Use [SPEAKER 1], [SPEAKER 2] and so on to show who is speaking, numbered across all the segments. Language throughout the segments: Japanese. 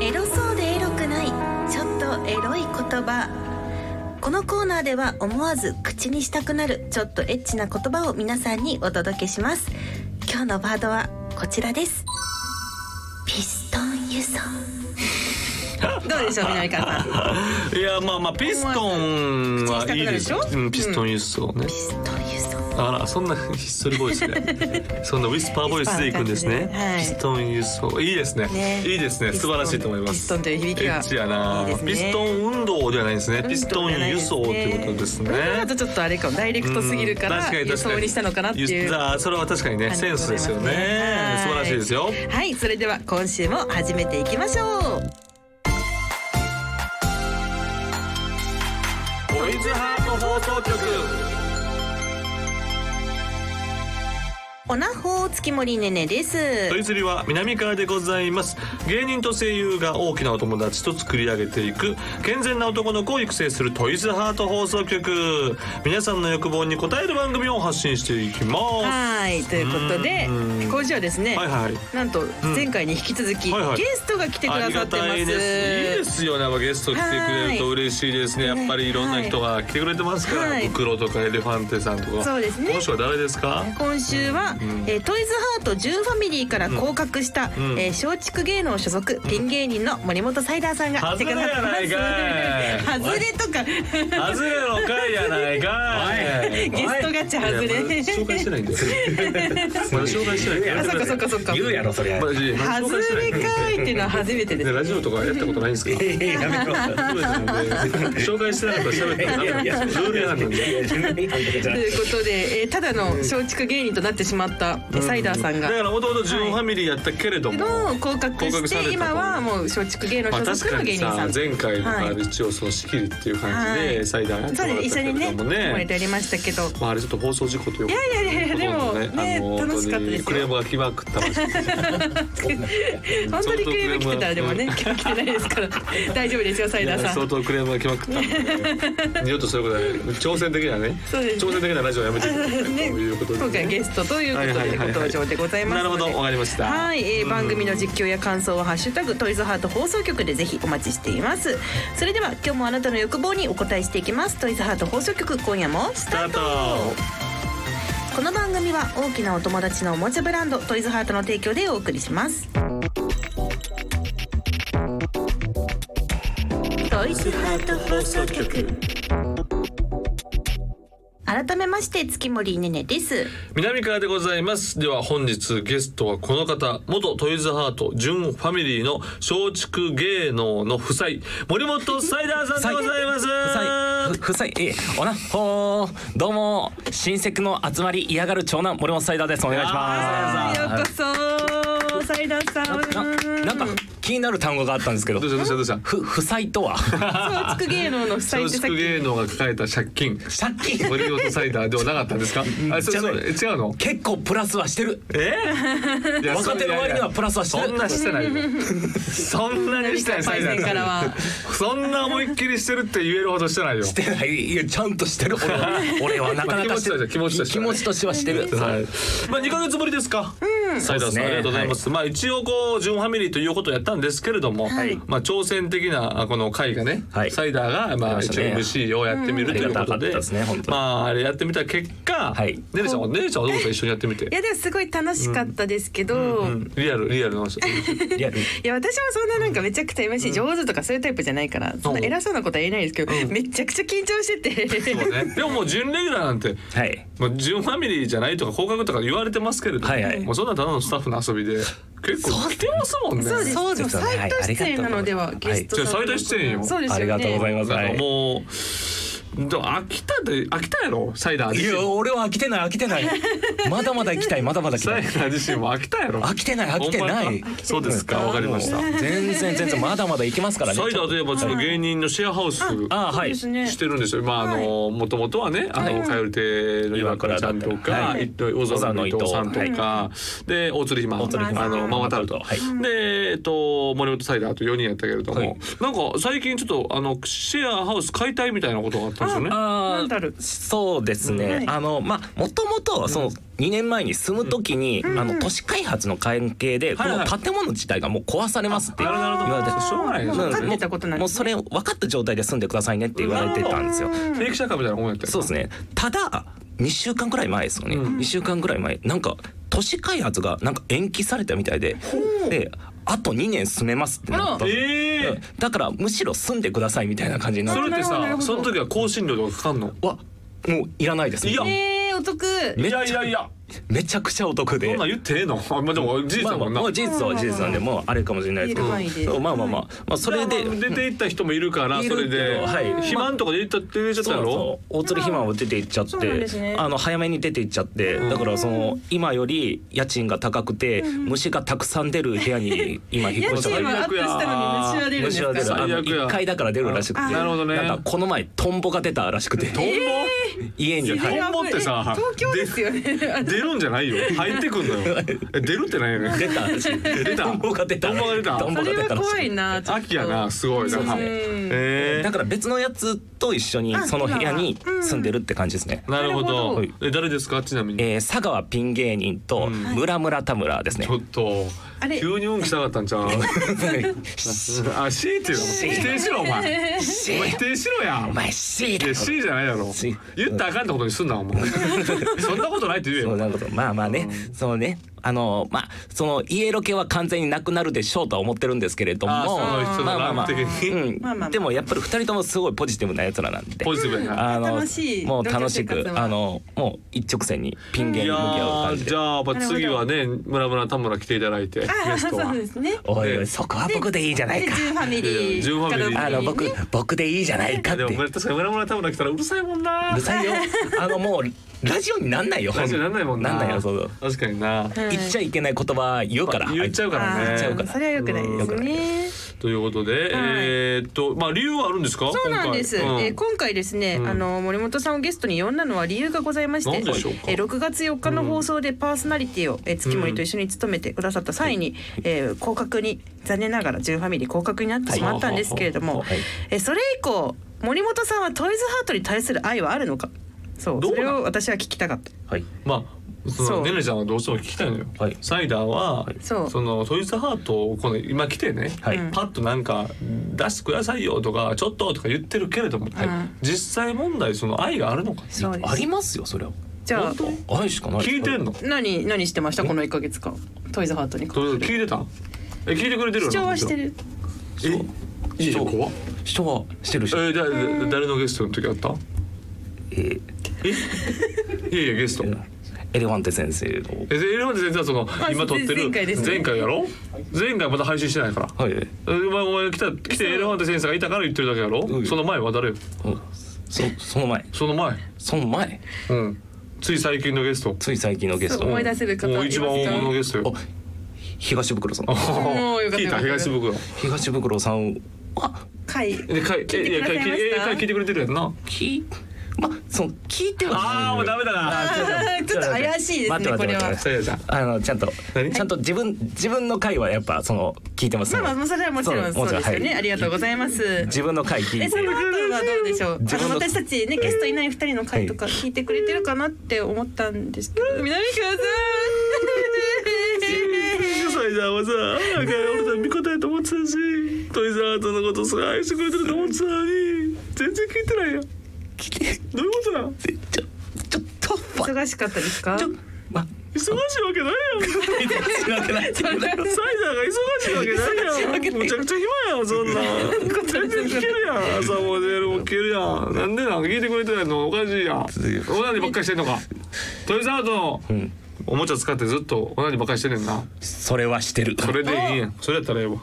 [SPEAKER 1] エロそうでエロくないちょっとエロい言葉このコーナーでは思わず口にしたくなるちょっとエッチな言葉を皆さんにお届けします今日のワードはこちらですピストン輸送どうでしょう南川さん
[SPEAKER 2] いやまあまあピストンはいいですよ
[SPEAKER 1] 口にしたくなるでしょ
[SPEAKER 2] うんピストン輸送ね
[SPEAKER 1] ピ、ストン輸送
[SPEAKER 2] あらそんなひっそりボイスでそんなウィスパーボイスでいくんですね
[SPEAKER 1] ウィスパーな感じではい
[SPEAKER 2] ピストン輸送いいですね
[SPEAKER 1] ね
[SPEAKER 2] いいですね素晴らしいと思います
[SPEAKER 1] ピストンという響き
[SPEAKER 2] エ
[SPEAKER 1] が
[SPEAKER 2] ッチやない
[SPEAKER 1] いですね
[SPEAKER 2] ピストン運動ではないですねピストン輸送ということですね
[SPEAKER 1] あとちょっとあれかもダイレクトすぎるから輸送にしたのかなってい
[SPEAKER 2] 輸
[SPEAKER 1] う
[SPEAKER 2] あーそれは確かにね
[SPEAKER 1] 感じ
[SPEAKER 2] セ
[SPEAKER 1] で
[SPEAKER 2] ン
[SPEAKER 1] ご
[SPEAKER 2] ス
[SPEAKER 1] ざい
[SPEAKER 2] で
[SPEAKER 1] ますすね
[SPEAKER 2] よね
[SPEAKER 1] はい
[SPEAKER 2] 素晴らしいですよ
[SPEAKER 1] はいそれでは今週も始めていきましょう
[SPEAKER 2] トイズハート放送局
[SPEAKER 1] おなほ月森ねねです
[SPEAKER 2] トイズリは南川でございます芸人と声優が大きなお友達と作り上げていく健全な男の子を育成するトイズハート放送局皆さんの欲望に応える番組を発信していきま
[SPEAKER 1] はいということで
[SPEAKER 2] うん
[SPEAKER 1] 今週はですね、
[SPEAKER 2] すはいはい
[SPEAKER 1] なんと前回に引き続き、
[SPEAKER 2] はいはい
[SPEAKER 1] ゲストが来てくださってます。
[SPEAKER 2] ありがたいです。いいですよね。やっぱゲスト来てくれると嬉しいですね。
[SPEAKER 1] はい
[SPEAKER 2] やっぱりいろんな人が来てくれてますから、
[SPEAKER 1] はい
[SPEAKER 2] ブクロとかエレファンテさんとか。
[SPEAKER 1] そうですね
[SPEAKER 2] 今週は誰ですか？
[SPEAKER 1] 今週は、
[SPEAKER 2] ん
[SPEAKER 1] えートイズハート10ファミリーから降格した、
[SPEAKER 2] ん
[SPEAKER 1] えー松竹芸能所属ピン芸人の森本サイダーさんが来てくださってま
[SPEAKER 2] 外
[SPEAKER 1] す
[SPEAKER 2] れやないかい。
[SPEAKER 1] 外れとか
[SPEAKER 2] 外れの回やないかい。
[SPEAKER 1] ゲストガチャ外れ
[SPEAKER 2] いやまだ紹介し てないんだよ。まだ紹介してない。
[SPEAKER 1] あそっかそっかそっか
[SPEAKER 3] 言うやろそりゃ
[SPEAKER 2] まだ紹
[SPEAKER 1] 外
[SPEAKER 2] 介してない
[SPEAKER 1] れかいっていうのは初めてで
[SPEAKER 2] ね
[SPEAKER 1] す、
[SPEAKER 2] ラジオとかやったことないんですか？ そう
[SPEAKER 3] ええやめろ
[SPEAKER 2] ですよね紹介してなかったら喋って
[SPEAKER 3] いやい
[SPEAKER 2] な
[SPEAKER 3] や
[SPEAKER 2] かった。ルールなんだね。
[SPEAKER 1] ということで、えーただの松竹芸人となってしまった、えーサイダーさんが
[SPEAKER 2] だからもともとジュンファミリーやったけれども、
[SPEAKER 1] の降格
[SPEAKER 2] 降
[SPEAKER 1] し
[SPEAKER 2] 格され
[SPEAKER 1] て
[SPEAKER 2] たと
[SPEAKER 1] 今はもう松竹芸能
[SPEAKER 2] まあ、
[SPEAKER 1] 所
[SPEAKER 2] 確
[SPEAKER 1] 属
[SPEAKER 2] か
[SPEAKER 1] の芸
[SPEAKER 2] に
[SPEAKER 1] 人さ
[SPEAKER 2] さ
[SPEAKER 1] ん
[SPEAKER 2] 前回の
[SPEAKER 1] はい
[SPEAKER 2] 一応その仕切りっていう感じで、
[SPEAKER 1] はい
[SPEAKER 2] サイダーやって
[SPEAKER 1] そう
[SPEAKER 2] もら
[SPEAKER 1] で
[SPEAKER 2] っ
[SPEAKER 1] す
[SPEAKER 2] た
[SPEAKER 1] 一緒
[SPEAKER 2] けれ
[SPEAKER 1] にね
[SPEAKER 2] どもね
[SPEAKER 1] 生まれてやりましたけど
[SPEAKER 2] まあ、あれちょっと放送事故というか
[SPEAKER 1] いやいやいやでもね
[SPEAKER 2] ほとんどあの
[SPEAKER 1] 楽しかったですよ
[SPEAKER 2] 本当にクレームが来まくったらしい
[SPEAKER 1] 本当にクレーム来てたらでもね来てないですから大丈夫ですよサイダーさ
[SPEAKER 2] 相
[SPEAKER 1] ん
[SPEAKER 2] 当クレームが来まくったんで二度とそういうことは挑戦的にはね
[SPEAKER 1] そうです
[SPEAKER 2] 挑戦的なラジオはやめてくださいと
[SPEAKER 1] ね
[SPEAKER 2] いうことで、
[SPEAKER 1] 今回ゲストということ
[SPEAKER 2] はいは
[SPEAKER 1] でご
[SPEAKER 2] いはいはい
[SPEAKER 1] 登場でございま
[SPEAKER 2] な
[SPEAKER 1] す
[SPEAKER 2] る
[SPEAKER 1] の
[SPEAKER 2] ほ
[SPEAKER 1] で
[SPEAKER 2] どわかりました
[SPEAKER 1] はい、えー番組の実況や感想はハッシュタグトイズハート放送局でぜひお待ちしていますそれでは今日もあなたの欲望にお答えしていきますトイズハート放送局今夜もス
[SPEAKER 2] ス
[SPEAKER 1] タ
[SPEAKER 2] タ
[SPEAKER 1] ー
[SPEAKER 2] ート
[SPEAKER 1] トこの番組は大きなお友達のおもちゃブランドトイズハートの提供でお送りしますトイズハート放送局改めまして月森ねねです
[SPEAKER 2] 南川でございますでは本日ゲストはこの方元トイズハート純ファミリーの松竹芸能の夫妻森本サイダーさんでございます
[SPEAKER 4] 夫妻ふ夫妻えーおなほーどうも親戚の集まり嫌がる長男森本サイダーですお願いし
[SPEAKER 2] あ
[SPEAKER 4] ます
[SPEAKER 1] ようこそサイダーさ ん
[SPEAKER 4] ななんか気になる単語があったんですけど
[SPEAKER 2] どうしたどうしたどうした
[SPEAKER 4] ふ夫妻とは
[SPEAKER 1] 松竹芸能の夫妻って
[SPEAKER 2] 松
[SPEAKER 1] さっ
[SPEAKER 2] 竹
[SPEAKER 1] き
[SPEAKER 2] 芸能が抱えた借金
[SPEAKER 4] 借金
[SPEAKER 2] 森本サイダーではなかったんですかあそうそうえ違うの
[SPEAKER 4] 結構プラスはしてる
[SPEAKER 2] えいや
[SPEAKER 4] 若手の割にはプラスはして
[SPEAKER 2] そん
[SPEAKER 4] る
[SPEAKER 2] なしてないよそんなにしてないサイダ
[SPEAKER 1] パイセンから
[SPEAKER 2] ー
[SPEAKER 1] は
[SPEAKER 2] そんな思いっきりしてるって言えるほどしてないよ
[SPEAKER 4] してないいやちゃんとしてる俺は俺はなかなかしてる
[SPEAKER 2] 気持ちとして
[SPEAKER 4] 気
[SPEAKER 2] は
[SPEAKER 4] 持ちとしてはしてる
[SPEAKER 2] はい、まあ2ヶ月ぶりですか、サイダーさん、
[SPEAKER 4] そうですね
[SPEAKER 2] ありがとうございます、まあ一応こう純ファミリーということをやったんですけれども、
[SPEAKER 1] い
[SPEAKER 2] まあ挑戦的なあこの会がね、
[SPEAKER 4] はい
[SPEAKER 2] サイダーがま
[SPEAKER 4] や
[SPEAKER 2] あ
[SPEAKER 4] り
[SPEAKER 2] 一
[SPEAKER 4] ま
[SPEAKER 2] 応
[SPEAKER 4] したね
[SPEAKER 2] MC をやってみるということで,、
[SPEAKER 4] ありがたかったですね本当に
[SPEAKER 2] まああれやってみた結果、
[SPEAKER 4] はい
[SPEAKER 2] ねねちゃんはねねちゃんはどうですか一緒にやってみて
[SPEAKER 1] いやでもすごい楽しかったですけど、
[SPEAKER 2] うんリアルリアルの話
[SPEAKER 4] リアル
[SPEAKER 1] いや私もそんななんかめちゃくちゃ MC 上手とかそういうタイプじゃないからそんな偉そうなことは言えないですけど、めちゃくちゃ緊張してて
[SPEAKER 2] そうねでももう準レギュラーなんて
[SPEAKER 4] はい
[SPEAKER 2] もう純ファミリーじゃないとか降格とか言われてますけれども、
[SPEAKER 4] はいはい
[SPEAKER 2] もうそんなただのスタッフの遊びで結構来てますもんね
[SPEAKER 1] そうですそうです
[SPEAKER 4] そうです
[SPEAKER 1] 最多出演なのでは、
[SPEAKER 4] はい
[SPEAKER 1] ゲスト
[SPEAKER 2] じゃあ
[SPEAKER 1] さん
[SPEAKER 2] 最多出演よ
[SPEAKER 1] そうですよ
[SPEAKER 4] あ
[SPEAKER 1] ね
[SPEAKER 4] りがとうございます
[SPEAKER 2] なん
[SPEAKER 4] は
[SPEAKER 2] か
[SPEAKER 4] い
[SPEAKER 2] もう、でも秋田で秋田やろサイダー
[SPEAKER 4] い
[SPEAKER 2] 自
[SPEAKER 4] や
[SPEAKER 2] 身
[SPEAKER 4] 俺は飽きてない飽きてないまだまだ行きたいまだまだ行き
[SPEAKER 2] サ
[SPEAKER 4] た
[SPEAKER 2] イ
[SPEAKER 4] い
[SPEAKER 2] ダー自身も飽きたやろ
[SPEAKER 4] 飽きてない飽きてない
[SPEAKER 2] ほんまやそうですかわかりました
[SPEAKER 4] もう全然全然まだまだ行きますからね
[SPEAKER 2] サイダーといえばちょっと芸人のシェアハウス
[SPEAKER 4] あ
[SPEAKER 1] そう
[SPEAKER 4] は
[SPEAKER 1] で
[SPEAKER 4] い
[SPEAKER 1] すね
[SPEAKER 2] してるんですよ。まああの元々はね、あの蛙亭の岩倉ちゃんとか、
[SPEAKER 4] はい
[SPEAKER 2] 伊藤小沢の伊藤さんとか、で大鶴ひま、あ
[SPEAKER 4] 大鶴ひま
[SPEAKER 2] のママタルト
[SPEAKER 4] はい、
[SPEAKER 2] でえっと森本サイダーと4人やったけれど
[SPEAKER 4] は
[SPEAKER 2] も
[SPEAKER 4] い、
[SPEAKER 2] なんか最近ちょっとあのシェアハウス解体みたいなことがあったそうですよね。
[SPEAKER 4] あー
[SPEAKER 3] なんだろう
[SPEAKER 4] そうです
[SPEAKER 2] は
[SPEAKER 4] ね
[SPEAKER 3] い。
[SPEAKER 4] あのまあ元々その2年前に住む時に
[SPEAKER 3] ん
[SPEAKER 4] あ
[SPEAKER 3] う
[SPEAKER 4] の
[SPEAKER 3] ん
[SPEAKER 4] 都市開発の関係でこ
[SPEAKER 2] はいは
[SPEAKER 4] の
[SPEAKER 2] い
[SPEAKER 4] 建物自体がもう壊されますって
[SPEAKER 2] な
[SPEAKER 4] 言
[SPEAKER 2] るほどなるほど
[SPEAKER 4] われて。
[SPEAKER 2] しょうがないです
[SPEAKER 3] も
[SPEAKER 2] よ
[SPEAKER 3] う
[SPEAKER 2] ね
[SPEAKER 3] 分かってたことなんで
[SPEAKER 4] もう
[SPEAKER 3] す
[SPEAKER 4] そ
[SPEAKER 3] ね
[SPEAKER 4] れ分かった状態で住んでくださいねって言われてたんですよ。
[SPEAKER 2] フェイク社会みたいなもんやったよ
[SPEAKER 4] そうですね。ただ2週間くらい前ですよね。
[SPEAKER 2] うん
[SPEAKER 4] 2週間くらい前なんか都市開発がなんか延期されたみたいで、であと2年住めますってなった。
[SPEAKER 2] ええ
[SPEAKER 4] だからむしろ住んでくださいみたいな感じにな
[SPEAKER 2] そ
[SPEAKER 4] る。
[SPEAKER 2] れっ
[SPEAKER 3] な
[SPEAKER 2] て
[SPEAKER 3] るほどなる
[SPEAKER 2] さ
[SPEAKER 3] ほど
[SPEAKER 2] その時は更新料とかかかんの
[SPEAKER 4] はもういらないです。
[SPEAKER 2] いや
[SPEAKER 3] えー、お得
[SPEAKER 4] め
[SPEAKER 2] い
[SPEAKER 4] っち
[SPEAKER 2] や
[SPEAKER 4] ゃ
[SPEAKER 2] いやいや
[SPEAKER 4] めちゃくちゃお得で。
[SPEAKER 2] そんなん言ってええのあまあでも事実
[SPEAKER 4] まあ
[SPEAKER 2] だ
[SPEAKER 4] ま
[SPEAKER 2] も
[SPEAKER 4] あ
[SPEAKER 2] んな、
[SPEAKER 4] もう事実は事実なんでもうあれかもしれないですけど、
[SPEAKER 3] 言える範囲で
[SPEAKER 4] そうまあまあまあまあそれ
[SPEAKER 2] じ
[SPEAKER 4] で
[SPEAKER 2] ゃあまあ出て行った人もいるから
[SPEAKER 4] い
[SPEAKER 2] そ
[SPEAKER 4] る
[SPEAKER 2] れ
[SPEAKER 4] けど
[SPEAKER 2] で、
[SPEAKER 4] はい
[SPEAKER 2] 肥満とかで行ったって言っちゃった
[SPEAKER 4] そう
[SPEAKER 2] や
[SPEAKER 4] なんです
[SPEAKER 2] ろ
[SPEAKER 4] よ大鶴肥満を出て行っちゃっ
[SPEAKER 3] そうなんで
[SPEAKER 4] て、
[SPEAKER 3] すね
[SPEAKER 4] あの早めに出て行っちゃって、だからその今より家賃が高くて、虫がたくさん出る部屋に今引っ
[SPEAKER 3] 家
[SPEAKER 4] 越した
[SPEAKER 3] 賃はアップしたのに虫は出るんです
[SPEAKER 4] 虫は出る
[SPEAKER 3] か
[SPEAKER 4] あの
[SPEAKER 2] 最悪や
[SPEAKER 4] 1階だから出るらしく
[SPEAKER 3] あ
[SPEAKER 4] て
[SPEAKER 2] なるほどね
[SPEAKER 4] なんかこの前トンボが出たらしくて
[SPEAKER 2] トンボ、
[SPEAKER 4] 家に、
[SPEAKER 2] いや
[SPEAKER 4] はい
[SPEAKER 2] トンボってさ
[SPEAKER 3] 東京ですよね
[SPEAKER 2] 出るんじゃない よ入ってくんのよえ出るってないよね
[SPEAKER 4] 出たらしい
[SPEAKER 2] 出た
[SPEAKER 4] トンボが出た
[SPEAKER 2] トンボが出た
[SPEAKER 4] トンボ
[SPEAKER 3] そ
[SPEAKER 4] が
[SPEAKER 3] れ
[SPEAKER 4] 出た
[SPEAKER 3] は
[SPEAKER 4] らし
[SPEAKER 3] 怖
[SPEAKER 4] い
[SPEAKER 3] いなちょっと
[SPEAKER 2] 秋やなすごいな
[SPEAKER 4] そうですね
[SPEAKER 2] え
[SPEAKER 4] だから別のやつと一緒にその部屋に住んでるって感じですね
[SPEAKER 2] ー、なるほど
[SPEAKER 3] な
[SPEAKER 4] るほ
[SPEAKER 2] え誰ですかちなみに、
[SPEAKER 4] えー、佐川ピン芸人と
[SPEAKER 2] うん
[SPEAKER 4] 村村田村ですね
[SPEAKER 2] ち。ょっと
[SPEAKER 3] あれ
[SPEAKER 2] 急に運気下がったん ちゃうあ C っていうの否定しろお前お前否定しろや
[SPEAKER 4] お前 C
[SPEAKER 2] い
[SPEAKER 4] だ
[SPEAKER 2] や
[SPEAKER 4] ろ。
[SPEAKER 2] C じゃないやろ
[SPEAKER 4] C
[SPEAKER 2] 言ったらあかんってことにすんなお前 そんなことないって言え
[SPEAKER 4] そ
[SPEAKER 2] よ
[SPEAKER 4] うなことまあまあね、そのねあのまあその家ロケは完全になくなるでしょうとは思ってるんですけれども
[SPEAKER 2] あーそのそ
[SPEAKER 4] まあ
[SPEAKER 2] の
[SPEAKER 4] まあ
[SPEAKER 2] ラン
[SPEAKER 4] まあ、
[SPEAKER 2] ク的に
[SPEAKER 4] うん
[SPEAKER 3] まあまあまあ
[SPEAKER 4] でもやっぱり二人ともすごいポジティブなやつらなんで
[SPEAKER 2] ポジティブやな
[SPEAKER 4] あの
[SPEAKER 3] 楽しい
[SPEAKER 4] もう楽し
[SPEAKER 3] ロケ
[SPEAKER 4] く
[SPEAKER 3] 生活は
[SPEAKER 4] あのもう一直線にピン芸
[SPEAKER 2] い
[SPEAKER 4] に
[SPEAKER 2] や
[SPEAKER 4] 向き合う感
[SPEAKER 2] ー
[SPEAKER 4] じ
[SPEAKER 2] じ
[SPEAKER 4] で。
[SPEAKER 2] ゃあまあ次はね村村田村来ていただいてゲ
[SPEAKER 3] ああ
[SPEAKER 2] ス
[SPEAKER 3] そ
[SPEAKER 2] トは
[SPEAKER 3] うですね
[SPEAKER 4] おいおいそこは僕でいいじゃない
[SPEAKER 3] で
[SPEAKER 4] か
[SPEAKER 3] ジ。ュンファミリー
[SPEAKER 2] ジュンファミリー
[SPEAKER 4] あの僕
[SPEAKER 3] ね
[SPEAKER 4] 僕でいいじゃないかっ
[SPEAKER 2] で
[SPEAKER 4] て。
[SPEAKER 2] も
[SPEAKER 4] う
[SPEAKER 2] 確かに村村田村来たらうるさいもんな
[SPEAKER 4] るさ いよ。あのもうラジオになんないよ。
[SPEAKER 2] ラジオなんないもんな
[SPEAKER 4] なんないよそうそう。
[SPEAKER 2] 確かにな
[SPEAKER 4] 言っちゃいけない言葉言うから。
[SPEAKER 2] 言っちゃうからね
[SPEAKER 4] 言っちゃう
[SPEAKER 3] あ
[SPEAKER 4] か
[SPEAKER 3] ー
[SPEAKER 4] ら
[SPEAKER 3] それは良くないですね
[SPEAKER 2] ということでえーっとまあ理由はあるんですか
[SPEAKER 3] そうなんです。
[SPEAKER 2] 今
[SPEAKER 3] 今
[SPEAKER 2] 回
[SPEAKER 3] 回,、え
[SPEAKER 2] う
[SPEAKER 3] ー
[SPEAKER 2] ん
[SPEAKER 3] 今回ですね、
[SPEAKER 2] うん
[SPEAKER 3] あの森本さんをゲストに呼んだのは理由がございまして、
[SPEAKER 2] なんでしょうか
[SPEAKER 3] えー6月4日の放送でパーソナリティを、えー月森と一緒に務めてくださった際に、えー降格に残念ながらジュンファミリー降格になってしまったんですけれども、
[SPEAKER 4] はいはい
[SPEAKER 3] えーそれ以降森本さんはトイズハートに対する愛はあるのか、そう
[SPEAKER 2] どう
[SPEAKER 3] そ
[SPEAKER 2] なの
[SPEAKER 3] れを私は聞きたかった。
[SPEAKER 4] はい。
[SPEAKER 2] まあそ
[SPEAKER 3] そ
[SPEAKER 2] の
[SPEAKER 3] う
[SPEAKER 2] ねねちゃんはどうしても聞きたいのよ
[SPEAKER 4] はい
[SPEAKER 2] サイダーは
[SPEAKER 4] はい
[SPEAKER 3] そう
[SPEAKER 2] そのトイズハートをこの今来てね
[SPEAKER 4] はい
[SPEAKER 2] パッとなんか出してくださいよとかちょっととか言ってるけれども
[SPEAKER 3] ん
[SPEAKER 2] 実際問題その愛があるのか
[SPEAKER 3] そうです
[SPEAKER 4] ありますよそれは。
[SPEAKER 3] じゃあ
[SPEAKER 4] 愛しかない。
[SPEAKER 2] 聞いてんの
[SPEAKER 3] 何何してましたこの1ヶ月間トイズハートに。
[SPEAKER 2] どう聞いてたんえ聞いてくれてる
[SPEAKER 3] 主
[SPEAKER 2] よな
[SPEAKER 3] 張はしてる。
[SPEAKER 2] えいや怖っ
[SPEAKER 4] 人はしてる
[SPEAKER 2] え
[SPEAKER 4] し。
[SPEAKER 2] ーだだ誰のゲストの時あった
[SPEAKER 4] え
[SPEAKER 2] えいやいやゲスト
[SPEAKER 4] ーエレファンテ先生の。
[SPEAKER 2] えでエレファンテ先生はその
[SPEAKER 3] あ
[SPEAKER 2] 今撮って
[SPEAKER 3] 前
[SPEAKER 2] る
[SPEAKER 3] 回ですね
[SPEAKER 2] 前回やろ前回まだ配信してないから
[SPEAKER 4] はい。うん
[SPEAKER 2] えお前お前来た来てエレファンテ先生がいたから言ってるだけやろ
[SPEAKER 4] うん
[SPEAKER 2] その前は誰よ
[SPEAKER 4] そその前
[SPEAKER 2] その前
[SPEAKER 4] その前
[SPEAKER 2] うんつい最近のゲスト
[SPEAKER 4] つい最近のゲス
[SPEAKER 3] そ
[SPEAKER 4] ト
[SPEAKER 3] う。思い出せる方
[SPEAKER 2] もう一番大物のゲストよ
[SPEAKER 4] あ東袋さん。
[SPEAKER 3] もうよかった
[SPEAKER 2] 聞いた東袋
[SPEAKER 4] 東袋さんは
[SPEAKER 3] はい。
[SPEAKER 2] でかいえいやかい
[SPEAKER 3] 聞いてくださいま
[SPEAKER 2] え
[SPEAKER 3] した
[SPEAKER 2] いやかい聞いてくれてるやんな
[SPEAKER 4] 聞いまその聞いて
[SPEAKER 2] ああ
[SPEAKER 4] は
[SPEAKER 2] もうダメだな
[SPEAKER 3] あちょっと怪しいです
[SPEAKER 4] 待っ
[SPEAKER 3] ねこ
[SPEAKER 4] て待っ
[SPEAKER 3] れ
[SPEAKER 4] て
[SPEAKER 3] は
[SPEAKER 4] 待っ。
[SPEAKER 2] さやちゃん
[SPEAKER 4] あのちゃんと
[SPEAKER 2] 何
[SPEAKER 4] ちゃんと自分自分の回はやっぱその聞いてます
[SPEAKER 3] ま
[SPEAKER 4] ね。
[SPEAKER 3] あまあまあそれはもちろんそうですよね、
[SPEAKER 4] はい
[SPEAKER 3] ありがとうございますえ
[SPEAKER 4] 自分の回聞い
[SPEAKER 3] その
[SPEAKER 4] て
[SPEAKER 3] 後はどうでしょう
[SPEAKER 4] 自
[SPEAKER 3] あ
[SPEAKER 4] 分
[SPEAKER 3] の
[SPEAKER 4] の
[SPEAKER 3] 私たちねゲストいない二人の回とか聞いてくれてるかなって思ったんですけど南川さん
[SPEAKER 2] サイダーはさ、なんか俺たち見答えと思ってたし、トイザートのことすごい愛してくれてると思ってたのに、全然聞いてないやん。
[SPEAKER 4] 聞いて
[SPEAKER 2] どういうことなん
[SPEAKER 4] ちょちょっとわ
[SPEAKER 3] 忙しかったですか
[SPEAKER 4] ちょま
[SPEAKER 2] 忙しいわけないや
[SPEAKER 4] 見てしなくなっちゃう
[SPEAKER 2] ん。サイダーが忙しいわけないやん。むちゃくちゃ暇やん、そんな。全然聞けるやん。朝も夜も聞けるやん。なんでなん聞いてくれてないのおかしいやん。オナニーばっかりしてんのか。トイザートの
[SPEAKER 4] ん
[SPEAKER 2] おもちゃ使ってずっとオナニーばっかりしてんねんな。
[SPEAKER 4] それはしてる。
[SPEAKER 2] それでいいやん。それやったらええわ。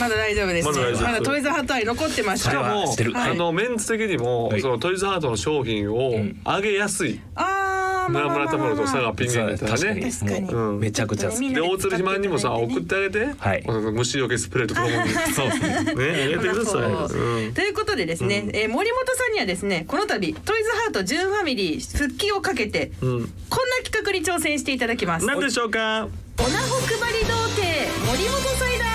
[SPEAKER 3] まだ大丈夫です
[SPEAKER 2] まだ大丈夫
[SPEAKER 3] まだトイザハット愛残ってまし
[SPEAKER 2] しか
[SPEAKER 3] た
[SPEAKER 4] は
[SPEAKER 2] も
[SPEAKER 4] してる
[SPEAKER 2] あのメンツ的にも、
[SPEAKER 4] はい
[SPEAKER 2] そのトイズハートの商品を上げやすい、
[SPEAKER 3] あーまあまあ
[SPEAKER 2] 村
[SPEAKER 3] まあ
[SPEAKER 2] 村田村と佐賀ピン芸人だった
[SPEAKER 4] 確
[SPEAKER 2] ら
[SPEAKER 4] かに
[SPEAKER 2] ね
[SPEAKER 3] 確かに
[SPEAKER 4] もうめちゃくちゃ好き。
[SPEAKER 3] みん
[SPEAKER 2] で
[SPEAKER 3] な
[SPEAKER 2] 大鶴肥満にもさ
[SPEAKER 3] 使っていただいてね
[SPEAKER 2] 送ってあげて、
[SPEAKER 4] はい
[SPEAKER 2] この虫除けスプレーとかも そうねあげてください、
[SPEAKER 3] そう
[SPEAKER 2] うん
[SPEAKER 3] ということでですね、えー森本さんにはですねこの度トイズハート10ファミリー復帰をかけて、こんな企画に挑戦していただきます
[SPEAKER 2] 何でしょうか
[SPEAKER 3] おなほ配り童貞森本サイダー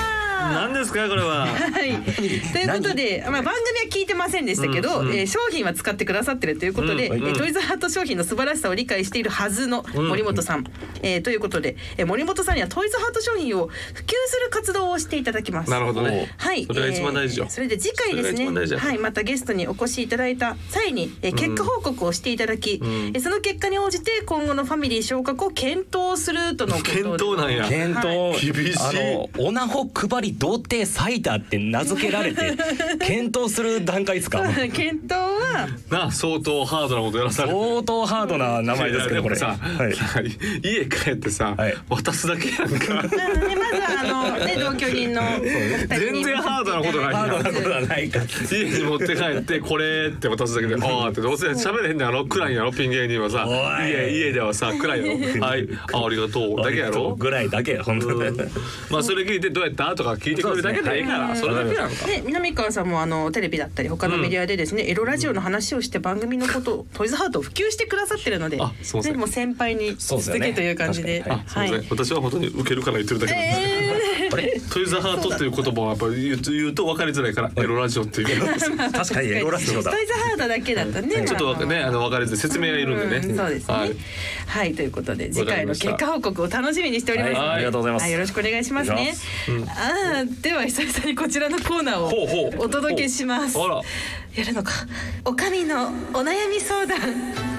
[SPEAKER 2] 何でですかこれ は
[SPEAKER 3] はい、ということで、まあ、番組は聞いてませんでしたけど、
[SPEAKER 2] うんうん
[SPEAKER 3] えー商品は使ってくださってるということで、
[SPEAKER 2] うんうん
[SPEAKER 3] えートイズハート商品の素晴らしさを理解しているはずの
[SPEAKER 2] うん
[SPEAKER 3] 森本さん。えーということで、えー森本さんにはトイズハート商品を普及する活動をしていただきます。
[SPEAKER 2] なるほどね
[SPEAKER 3] はい、
[SPEAKER 2] それが一番大事よ
[SPEAKER 3] えーそれで次回です
[SPEAKER 2] それが一番大事
[SPEAKER 3] ね。
[SPEAKER 2] だ
[SPEAKER 3] はい、またゲストにお越しいただいた際に、えー結果報告をしていただき、
[SPEAKER 2] ん
[SPEAKER 3] えーその結果に応じて今後のファミリー昇格を検討するとのことで
[SPEAKER 2] 検討なんや
[SPEAKER 4] 検討、
[SPEAKER 2] 厳しい
[SPEAKER 4] あのオナホ配り童貞最多って名付けられ て検討する段階ですか。
[SPEAKER 3] 検討は
[SPEAKER 2] な相当ハードなことやらされて
[SPEAKER 4] 相当ハードな名前ですけどこれ。
[SPEAKER 2] いやもさ、
[SPEAKER 4] はい。
[SPEAKER 2] 家帰ってさ、
[SPEAKER 4] はい
[SPEAKER 2] 渡すだけやんか
[SPEAKER 3] なのでまずはあのね同居人のお二人に
[SPEAKER 2] 全然ハードなことない
[SPEAKER 4] ハードなことはないか。
[SPEAKER 2] 家に持って帰ってこれって渡すだけで「ああ」ってどうせ喋れへんねやろ暗いんやろピン芸人はさ
[SPEAKER 4] おい
[SPEAKER 2] 家家ではさ暗いやろ「はいあありがとう」だけやろ
[SPEAKER 4] ぐらいだけ本当に。
[SPEAKER 2] まあそれ聞いて「どうやった?」とか聞いてくれるだけでいいからそれだけやんか
[SPEAKER 3] ね、南川さんもあのテレビだったり他のメディアでですね、エロラジオの話をして番組のことをトイズハートを普及してくださってるので、
[SPEAKER 2] あそうですね
[SPEAKER 3] ねもう先輩に
[SPEAKER 4] そうです
[SPEAKER 3] 続
[SPEAKER 4] よね
[SPEAKER 3] けという感じで、
[SPEAKER 4] 確か
[SPEAKER 2] あすいません、私は本当に受けるから言ってるだけなんです
[SPEAKER 3] え
[SPEAKER 4] あれ
[SPEAKER 2] トイザハートっていう言葉をやっぱ言う言うと分かりづらいからエロラジオっていうち
[SPEAKER 4] 確かにエロラジオ
[SPEAKER 3] ー、
[SPEAKER 4] だ
[SPEAKER 3] ト。イズハートだけだったね、
[SPEAKER 2] ょっとわかねあの分かりづらい説明がいるんでね、
[SPEAKER 3] うんそうですね。
[SPEAKER 2] は
[SPEAKER 3] はいい、ということで次
[SPEAKER 2] わかり
[SPEAKER 3] 回
[SPEAKER 2] ま
[SPEAKER 3] の
[SPEAKER 2] した
[SPEAKER 3] 結果報告を楽しみにしております。
[SPEAKER 4] はいありがとうございます
[SPEAKER 3] はよろしくお願いします
[SPEAKER 4] お願い
[SPEAKER 3] ね
[SPEAKER 4] し。
[SPEAKER 3] ああーでは久々にこちらのコーナー
[SPEAKER 2] ほうほ
[SPEAKER 3] を
[SPEAKER 2] う
[SPEAKER 3] お届けします。
[SPEAKER 2] ほうあら
[SPEAKER 3] やるのか。おかみのお悩み相談。